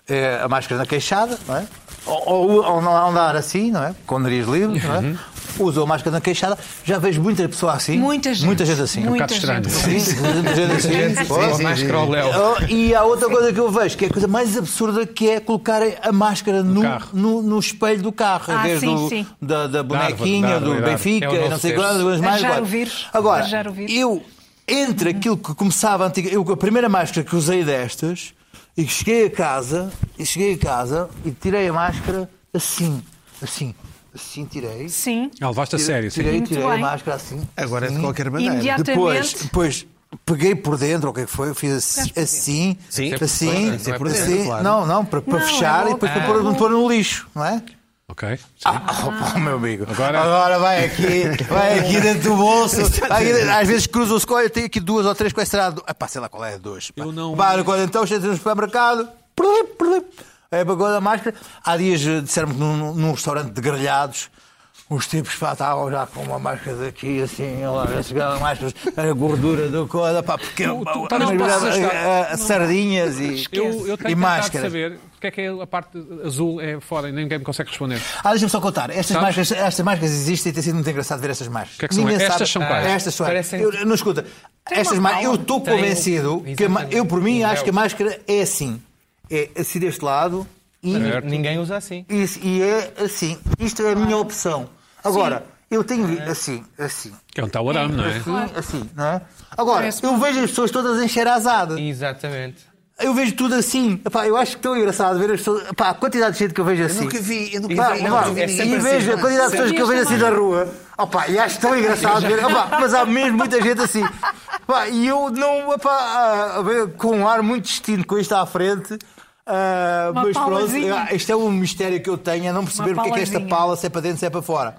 S4: é a máscara na queixada, não é? Ou, ou, ou não andar assim, não é? Com o nariz livre, não é?
S5: Uhum.
S4: Usam a máscara na queixada. Já vejo muita pessoa assim.
S3: Muita gente.
S4: Muita gente
S5: É um
S4: assim.
S3: Muita
S1: estranho.
S3: gente.
S4: Sim, muita gente assim.
S5: Sim, sim, sim. Máscara ao Léo.
S4: Oh, E há outra coisa que eu vejo, que é a coisa mais absurda, que é colocarem a máscara no,
S1: carro.
S4: no, no espelho do carro, em
S3: Ah,
S4: vez
S3: sim,
S4: do-
S3: sim.
S4: Da, da
S1: árvore,
S4: bonequinha,
S1: da árvore,
S4: do
S1: da árvore.
S4: Benfica,
S5: É o novo
S4: não sei
S5: texto.
S4: quantas mais.
S3: Ajar
S4: agora.
S3: o vírus.
S4: Agora,
S3: Ajar o vírus.
S4: eu, entre aquilo que começava antiga, eu, a primeira máscara que usei destas, e que cheguei a casa, e cheguei a casa e tirei a máscara assim, assim, assim tirei.
S3: Sim.
S1: Ah, levaste a sério, sim.
S4: Tirei,
S3: Muito
S4: tirei a
S3: bem.
S4: máscara assim.
S2: Agora é de
S4: assim.
S2: qualquer maneira.
S3: Imediato.
S4: Depois,
S3: Exatamente.
S4: depois peguei por dentro, o que é que foi? Eu fiz assim, assim,
S2: Sim.
S4: assim,
S2: Sim,
S4: assim,
S2: por dentro, claro.
S4: não, não, para, para
S3: Não, é
S4: fechar
S3: bom.
S4: e depois para
S5: Ah.
S4: pôr, pôr no lixo, não é?
S1: Ok? Sim.
S4: Ah, oh, meu amigo.
S1: Agora- é
S4: Agora... vai aqui, vai aqui dentro do bolso. Aí, às vezes cruzam-se, olha, tem aqui duas ou três, qual será? Ah, pá, sei lá qual é a duas.
S1: Eu não-
S4: Vai, agora então, chega no supermercado, plip, plip, é bagulho da máscara. Há dias eh, disseram-me que num, num restaurante de grelhados. Os tipos pá, estavam já com uma máscara daqui, assim, olha, chegava máscaras, a gordura do coda, pá, porque é
S1: Tu- tu-
S4: a-
S1: tá- não
S4: a-
S1: posso
S4: a- a-
S1: assustar.
S4: a- eh, sardinhas e,
S1: tá. Eu, eu tenho
S4: e
S1: tentado
S4: máscaras.
S1: saber porque é que a parte azul é fora e ninguém me consegue responder.
S4: Ah, deixa-me só contar. Estas
S1: Sabes?
S4: máscaras, estas máscaras existem e tem sido muito engraçado ver estas máscaras. Ah,
S1: O que é que são? Estas são quais?
S4: Estas são.
S5: Parecem-
S4: Eu, não escuta. Estas
S3: uma
S4: máscaras. Eu
S3: palma.
S4: estou
S5: Tem o-
S4: convencido que a ma-
S5: Exatamente.
S4: eu, por mim,
S5: Um
S4: acho que a
S5: véu.
S4: máscara é assim. É assim deste lado e,
S1: Uhum.
S5: Ninguém usa assim.
S4: isso- e é assim. Isto é a minha opção. Agora, eu tenho
S5: Uhum.
S4: vi- assim, assim,
S1: Que é um tal arame, não é?
S4: assim, assim, não é? Agora,
S3: Parece-
S4: eu vejo as pessoas todas encheirazadas.
S5: Exatamente.
S4: Eu vejo tudo assim. Epá, eu acho tão engraçado ver as pessoas. Epá, a quantidade de gente que eu vejo assim.
S2: nunca vi, eu nunca
S4: Pá,
S2: vi,
S4: pá,
S2: eu nunca vi
S4: e
S2: ninguém. É sempre
S4: vejo a
S2: assim,
S4: quantidade de pessoas que eu vejo assim na rua. Opá, e acho tão engraçado ver. Epá, mas há mesmo muita gente assim. Epá, e eu não. Epá, ah, bem, com um ar muito distinto com isto à frente. ah,
S3: Uma
S4: mas pronto,
S3: palazinha.
S4: ah, este é um mistério que eu tenho, é não perceber o que é que é esta
S3: palazinha.
S4: pala, se é para dentro, se é para fora.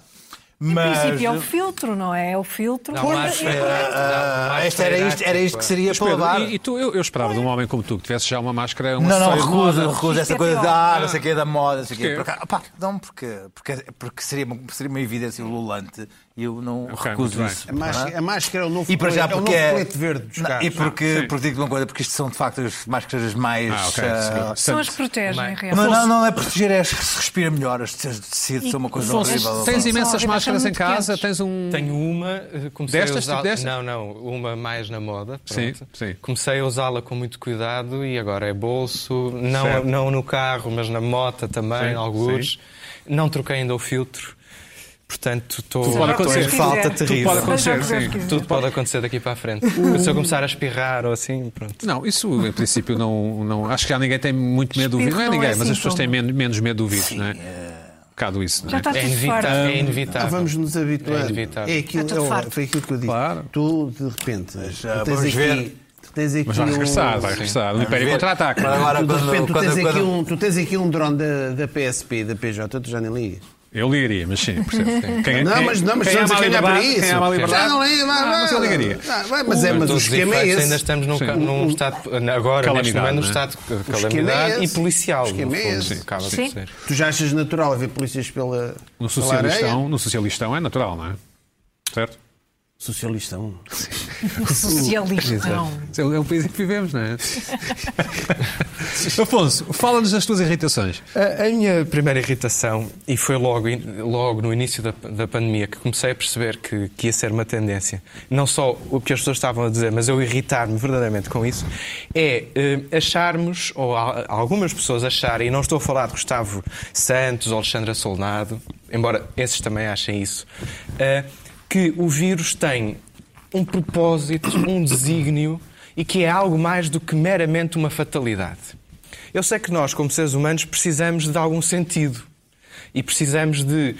S3: No
S4: Mas.
S3: princípio é o filtro, não é? É o filtro.
S5: Não,
S3: Pois,
S5: acho-
S3: é-
S5: Não,
S4: ah,
S5: acho
S4: este era isto, era isto que seria
S1: Mas,
S4: para
S1: Pedro,
S4: lavar.
S1: e, e tu, eu, eu esperava de um homem como tu que tivesse já uma máscara, um
S4: Não, não,
S1: acessório de moda. Ah.
S4: recuso, recuso
S3: Isto
S4: essa
S3: é
S4: coisa
S3: pior.
S4: da ar, não sei o quê, da moda, não sei o quê.
S1: Porquê?
S4: Por acaso- opá, não, porque, porque, porque seria, uma- seria uma evidência ululante e eu não
S1: Ok, muito
S4: recuso
S1: bem.
S4: isso. tá?
S2: A máscara, a máscara é o novo
S4: E para já
S2: colete- é o
S4: porque
S2: novo colete verde dos
S4: Não,
S2: carros.
S4: E porque, porque digo-te uma coisa, porque isto são de facto as máscaras mais.
S1: Ah, ok.
S4: ah,
S1: sim.
S3: São as que protegem,
S5: Também.
S4: não,
S3: realmente.
S4: não, não é proteger, é as que se respira melhor, as de tecido são uma coisa
S1: Afonso,
S4: horrível.
S1: tens
S3: São
S1: imensas
S3: horríveis,
S1: máscaras
S3: são
S1: em
S3: muito
S1: casa,
S3: quentes.
S1: tens um.
S5: Tenho uma, eh, comecei
S1: Destas,
S5: a usá-la.
S1: tipo destas?
S5: Não, não, uma mais na moda.
S1: Sim,
S5: pronto.
S1: sim.
S5: Comecei a usá-la com muito cuidado e agora é bolso, não,
S1: Certo.
S5: não no carro, mas na moto também,
S1: Sim,
S5: alguns. Não troquei ainda o filtro, portanto estou
S1: Tudo pode
S5: estou em
S1: acontecer.
S5: falta
S3: Tudo pode
S5: terrível.
S1: Pode acontecer,
S3: Seja o que
S1: sim.
S3: Deus quiser.
S5: Tudo pode acontecer daqui para a frente. Se eu começar a espirrar ou assim, pronto.
S1: Não, isso em princípio não, não. Acho que já ninguém tem muito medo do vírus. Não é
S3: Espirro não
S1: ninguém,
S3: é
S1: mas as pessoas
S3: sintoma.
S1: têm men- menos, medo do vírus, não é? Um bocado isso, não
S3: Já
S1: é?
S3: está
S5: É
S3: tudo
S5: inevitável.
S3: farto.
S5: É inevitável.
S2: Ah, Vamos nos
S5: É
S2: habituar.
S5: inevitável.
S2: É aquilo,
S3: Eu estou
S2: é o-
S3: farto.
S2: foi aquilo que eu disse.
S1: Claro.
S2: Tu, de repente,
S4: ah,
S2: tu tens
S4: vamos
S2: aqui,
S4: ver.
S2: tu tens aqui
S1: Mas vai
S2: um-
S1: regressar, vai regressar. O Império
S4: ver.
S1: contra-ataca.
S4: Mas agora-
S2: Tu, de
S4: quando-
S2: repente, tu,
S4: quando-
S2: tens aqui
S4: quando-
S2: um, tu tens aqui um drone da, da PSP, da PJ, tu já nem ligas.
S1: Eu ligaria, mas sim, percebo. Quem-
S2: Não,
S1: quem-
S2: mas não, mas
S1: quem
S2: estamos
S1: ama
S2: a
S1: a
S2: ganhar para
S1: liberdade,
S2: isso.
S1: quem ama a
S2: Já
S1: liberdade.
S2: não é- liga, vai,
S1: Ah, mas eu
S2: vai.
S1: ligaria.
S2: Ah, vai, Mas é, mas o
S5: Todos os
S2: esquema é
S5: efeitos,
S2: esse.
S5: ainda estamos num, ca-
S1: Sim.
S5: num estado, agora,
S1: Calamidade,
S5: neste momento, num
S1: não é?
S5: estado de
S2: é
S5: calamidade e
S2: esse.
S5: policial.
S2: O esquema
S5: no
S2: é
S5: fundo,
S2: esse.
S5: acaba de
S3: Sim.
S5: ser.
S2: Tu já achas natural haver polícias pela.
S1: No
S2: pela areia?
S1: socialistão, no socialistão é natural, não é? Certo?
S2: Socialistão.
S3: Socialistão.
S1: É um país em que vivemos, não é? Afonso, fala-nos das tuas irritações.
S5: A, a minha primeira irritação, e foi logo, in- logo no início da, da pandemia que comecei a perceber que, que ia ser uma tendência, não só o que as pessoas estavam a dizer, mas eu irritar-me verdadeiramente com isso, é eh, acharmos, ou a- algumas pessoas acharem, e não estou a falar de Gustavo Santos ou Alexandra Solnado, embora esses também achem isso, eh, que o vírus tem um propósito, um desígnio, e que é algo mais do que meramente uma fatalidade. Eu sei que nós, como seres humanos, precisamos de algum sentido. E precisamos de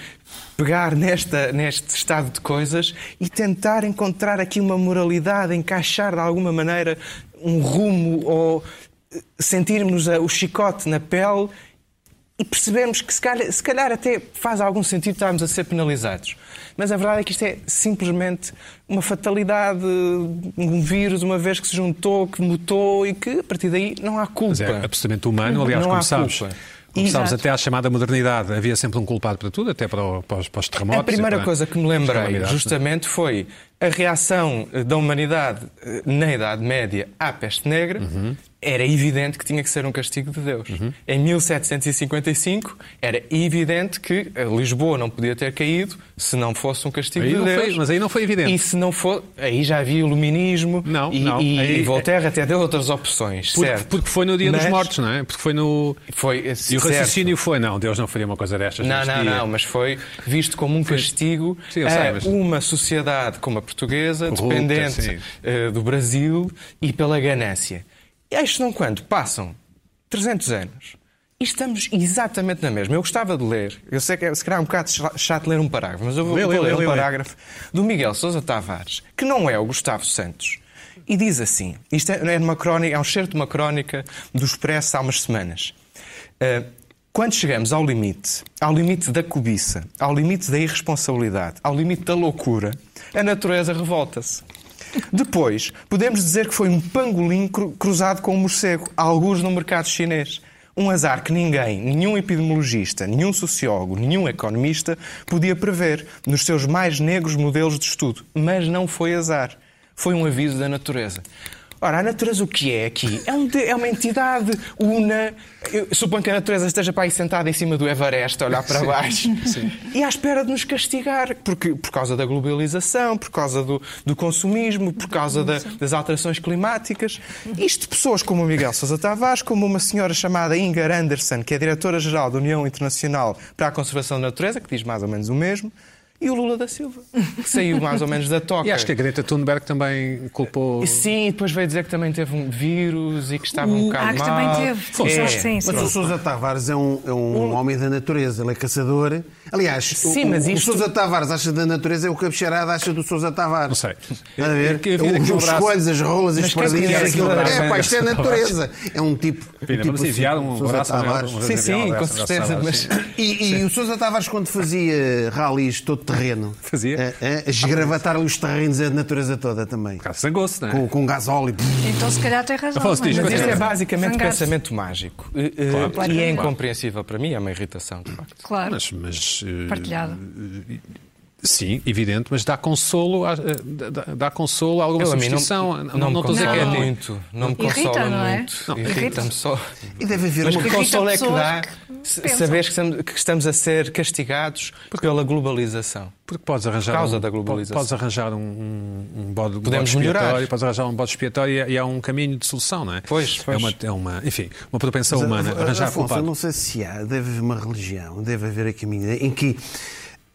S5: pegar nesta, neste estado de coisas e tentar encontrar aqui uma moralidade, encaixar de alguma maneira um rumo ou eh, sentirmos a- o chicote na pele e percebemos que se calhar, se calhar até faz algum sentido estarmos a ser penalizados. Mas a verdade é que isto é simplesmente uma fatalidade, um vírus, uma vez que se juntou, que mutou e que a partir daí não há culpa.
S1: Mas é absolutamente humano, aliás,
S5: Não há
S1: como sabes,
S5: culpa.
S1: como sabes,
S5: Exato.
S1: até à chamada modernidade havia sempre um culpado para tudo, até para, o- para os, para os terremotos.
S5: A primeira
S1: e para
S5: coisa que me
S1: as
S5: lembrei,
S1: calamidades, não é?
S5: justamente, foi a reação eh, da humanidade eh, na Idade Média à peste negra.
S1: Uhum.
S5: Era evidente que tinha que ser um castigo de Deus. Em 1755, era evidente que eh, Lisboa não podia ter caído se não fosse um castigo
S1: Aí
S5: de
S1: não
S5: Deus.
S1: foi- mas aí não foi evidente.
S5: E se não for, aí já havia iluminismo
S1: Não,
S5: e,
S1: não,
S5: e-
S1: aí-
S5: e Voltaire até deu outras opções.
S1: Porque,
S5: certo.
S1: porque foi no dia dos
S5: Mas
S1: mortos, não é? Porque foi no.
S5: Foi, eh,
S1: E o
S5: certo.
S1: raciocínio foi: não, Deus não faria uma coisa destas.
S5: Não,
S1: neste
S5: não,
S1: dia.
S5: não, mas foi visto como um castigo
S1: Sim, eu
S5: a
S1: sei, mas-
S5: uma sociedade como a portuguesa,
S1: Corrupta,
S5: dependente
S1: sim.
S5: eh, do Brasil e pela ganância. E Eis não quando passam 300 anos e estamos exatamente na mesma. Eu gostava de ler, eu sei que é, se calhar é um bocado cha- chato ler um parágrafo, mas eu vou,
S1: Lê,
S5: vou
S1: lê,
S5: ler
S1: lê,
S5: um
S1: lê, lê.
S5: parágrafo do Miguel Sousa Tavares, que não é o Gustavo Santos. E diz assim, isto é, é numa crónica, é um certo de uma crónica do Expresso há umas semanas. Uh, quando chegamos ao limite, ao limite da cobiça, ao limite da irresponsabilidade, ao limite da loucura, a natureza revolta-se. Depois, podemos dizer que foi um pangolim cru- cruzado com um morcego, alguns no mercado chinês. Um azar que ninguém, nenhum epidemiologista, nenhum sociólogo, nenhum economista podia prever nos seus mais negros modelos de estudo. Mas não foi azar. Foi um aviso da natureza. Ora, a natureza o que é aqui? É, um de- é uma entidade una. Eu suponho que a natureza esteja para aí sentada em cima do Everest a olhar para baixo e à espera de nos castigar porque, por causa da globalização, por causa do, do consumismo, por causa da- das alterações climáticas. Isto pessoas como o Miguel Sousa Tavares, como uma senhora chamada Inger Anderson, que é diretora-geral da União Internacional para a Conservação da Natureza, que diz mais ou menos o mesmo, e o Lula da Silva, que saiu mais ou menos da toca.
S1: E acho que a Greta Thunberg também culpou.
S5: E Sim, e depois veio dizer que também teve um vírus e que estava um
S1: Uh,
S5: bocado
S3: Ah, que
S5: mal.
S3: também teve.
S1: Força.
S3: Sim, sim,
S2: Mas o
S3: sim.
S2: Sousa Tavares é um, é um homem da natureza, ele é caçador. Aliás,
S5: Sim,
S2: o,
S5: mas
S2: o,
S5: isto-
S2: o Sousa Tavares acha da natureza é o que a bicharada acha do Sousa Tavares.
S1: Não sei.
S2: Nada a ver?
S1: Eu queria ver aqui um
S2: os
S1: braço.
S2: coelhos, as rolas, as
S5: Mas quem conhece
S2: pardinhas, aquilo.
S5: o braço
S2: É, pá,
S1: ainda?
S2: isto é natureza. É um tipo. um
S1: Pina,
S2: tipo
S1: vamos enviar
S2: assim,
S1: um
S2: Sousa
S1: abraço a
S2: Tavares.
S1: um
S5: Sim, sim, com certeza. Mas...
S2: E, e o Sousa Tavares, quando fazia rallies todo terreno,
S1: Fazia?
S2: eh, eh, esgravatar-lhe os terrenos a natureza toda também.
S1: Sangou-se, não é?
S2: Com, com gasóleo.
S3: Então se calhar tem razão.
S1: Afonso, diz,
S5: Mas isto é
S1: Sim.
S5: basicamente
S3: Zangar-se.
S5: pensamento mágico. E- e-
S1: Claro,
S5: e é
S1: claro.
S5: incompreensível para mim, é uma irritação, de facto.
S3: Claro,
S1: Mas, mas, eh,
S3: partilhado.
S1: sim, evidente, mas dá consolo, a, eh, dá- dá, dá consolo a alguma
S5: Eu, a mim
S1: substituição.
S5: não, não, me
S1: estou a dizer que
S5: consola
S1: é
S3: Não.
S5: muito. Não me
S3: Irrita,
S5: consola
S3: não é?
S5: muito.
S3: Não,
S5: Irrita-me
S3: irrita.
S5: só.
S2: E deve haver
S5: Mas
S2: uma
S5: que
S3: irrita
S5: consolo é que
S3: pessoas
S5: dá
S3: que
S5: se-
S3: pensam.
S5: saberes que estamos, que estamos a ser castigados pela globalização?
S1: Porque podes arranjar.
S5: causa
S1: um,
S5: da globalização.
S1: Podes arranjar um, um, um bode um
S5: Podemos
S1: bode expiatório,
S5: melhorar.
S1: Podes arranjar um bode expiatório e, e há um caminho de solução, não é?
S5: Pois, pois.
S1: É uma, é uma, enfim, uma propensão humana.
S2: Afonso,
S1: arranjar
S2: eh, Afonso, eu
S1: culpado.
S2: não sei se há, deve haver uma religião, deve haver aqui uma ideia em que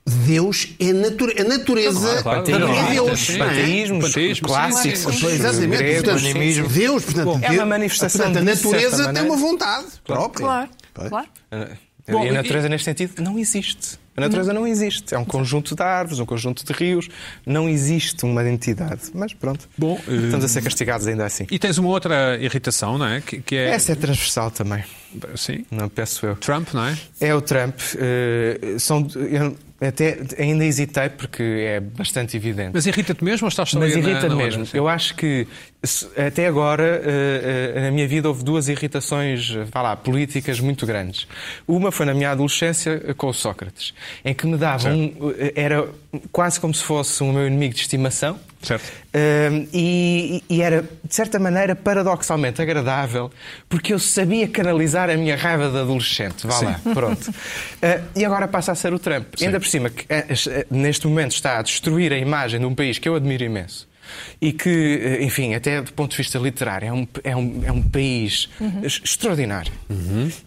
S2: Deus é nature, a natureza
S1: Claro, claro.
S2: é Deus.
S1: Sim.
S2: não é?
S5: Panteísmos,
S1: Panteísmo,
S5: clássicos,
S1: sim, sim, sim.
S2: Pois, Exatamente.
S5: grego,
S2: portanto,
S5: animismo.
S2: Deus, portanto,
S5: Bom, é
S2: Deus-
S5: uma manifestação
S2: portanto, a
S5: de certa
S2: natureza tem
S5: maneira.
S2: uma vontade própria.
S3: Claro, claro.
S1: Bom,
S5: Ah, e
S1: e-
S5: a natureza, neste sentido, não existe. A natureza não existe. É um conjunto de árvores, um conjunto de rios. Não existe uma entidade. Mas pronto.
S1: Bom, eh,
S5: estamos a ser castigados ainda assim.
S1: E tens uma outra irritação, não é? Que, que é.
S2: assim.
S5: Essa é transversal também,
S1: Sim.
S5: não penso eu.
S1: Trump, não é?
S5: É o Trump. eh, são, eu até ainda hesitei porque é bastante evidente.
S1: Mas irrita-te mesmo ou estás só
S5: Mas
S1: na- na-
S5: irrita-me
S1: na onda?
S5: mesmo. Eu acho que se- até agora, eh, eh, na minha vida, houve duas irritações eh, vá lá, políticas muito grandes. Uma foi na minha adolescência eh, com o Sócrates, em que me dava um. eh, Era quase como se fosse o meu inimigo de estimação.
S1: Certo.
S5: Ahm, e, e era, de certa maneira, paradoxalmente agradável, porque eu sabia canalizar a minha raiva de adolescente. Vá lá, pronto. Ah, e agora passa a ser o Trump. Ainda por cima, que ah, ah, neste momento está a destruir a imagem de um país que eu admiro imenso. E que, ah, enfim, até do ponto de vista literário, é um, é um, é um país es- extraordinário.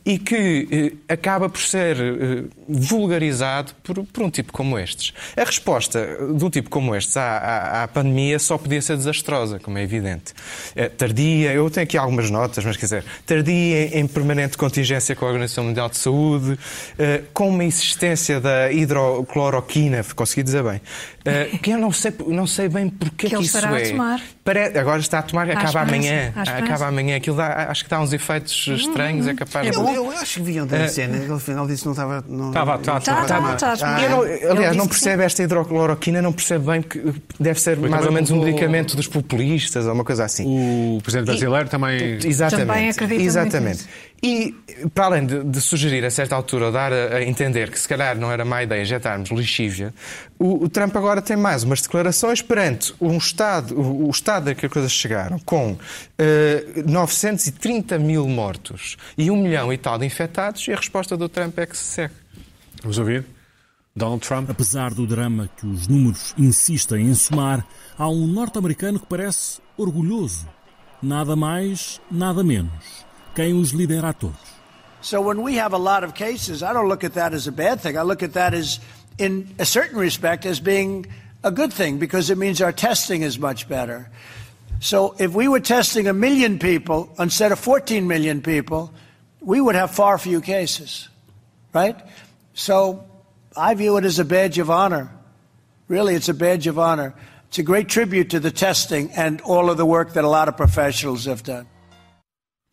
S5: E que eh, acaba por ser eh, vulgarizado por, por um tipo como estes. A resposta de um tipo como estes à, à, à pandemia só podia ser desastrosa, como é evidente. Eh, tardia, eu tenho aqui algumas notas, mas quer dizer, tardia em permanente contingência com a Organização Mundial de Saúde, eh, com uma insistência da hidrocloroquina, consegui dizer bem, eh, que eu não sei, não sei bem porque
S3: Que
S5: é que
S3: ele
S5: isso
S3: estará a
S5: é.
S3: tomar.
S5: Pare- Agora está a tomar, acaba
S3: esperança,
S5: amanhã.
S3: há esperança.
S5: Acaba amanhã. Aquilo dá- acho que dá uns efeitos
S3: Uhum.
S5: estranhos, é capaz de.
S2: Eu, eu acho que vi ontem a cena, ele afinal disse que não estava. Não,
S1: É. Estava, estava,
S3: Tá,
S1: estava.
S3: tá, tá.
S5: Ah, Eu não-
S3: Ele
S5: aliás, não
S3: disse que sim.
S5: percebe esta hidrocloroquina, não percebe bem que deve ser mais
S1: também
S5: ou menos um
S1: o-
S5: medicamento dos populistas ou uma coisa assim.
S1: O presidente brasileiro também.
S5: Exatamente.
S3: Também acredito muito
S5: Exatamente.
S3: nisso.
S5: E para além de, de sugerir a certa altura, dar a, a entender que se calhar não era má ideia injetarmos lixívia, o, o Trump agora tem mais umas declarações perante um Estado, o, o Estado a que as coisas chegaram, com eh, 930 mil mortos e um milhão e tal de infectados, e a resposta do Trump é que se segue.
S1: Vamos ouvir? Donald Trump.
S8: Apesar do drama que os números insistem em somar, há um norte-americano que parece orgulhoso. Nada mais, nada menos. Quem os lidera a todos.
S9: So when we have a lot of cases, I don't look at that as a bad thing. I look at that as, in a certain respect, as being a good thing because it means our testing is much better. So if we were testing a million people instead of 14 million people, we would have far fewer cases, right? So I view it as a badge of honor. Really, it's a badge of honor. It's a great tribute to the testing and all of the work that a lot of professionals have done.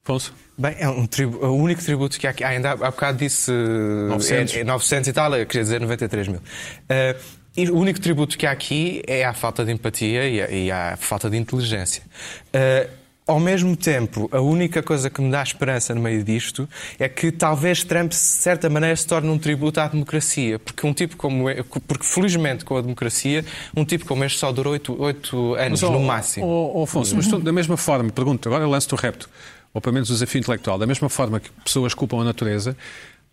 S1: Afonso.
S5: Bem, é um tribu- o único tributo que há aqui. Ah, ainda há, há bocado disse eh,
S1: 900.
S5: É, é 900 e tal, eu queria dizer 93 mil. Eh, e o único tributo que há aqui é a falta de empatia e a, e à falta de inteligência. Eh, ao mesmo tempo, a única coisa que me dá esperança no meio disto é que talvez Trump, de certa maneira, se torne um tributo à democracia. Porque um tipo como e- porque felizmente com a democracia, um tipo como este só durou 8, anos
S1: ó,
S5: no máximo.
S1: ó, ó, Afonso, mas tu, da mesma forma, pergunto, agora lanço-te o repto, ou pelo menos o desafio intelectual, da mesma forma que pessoas culpam a natureza,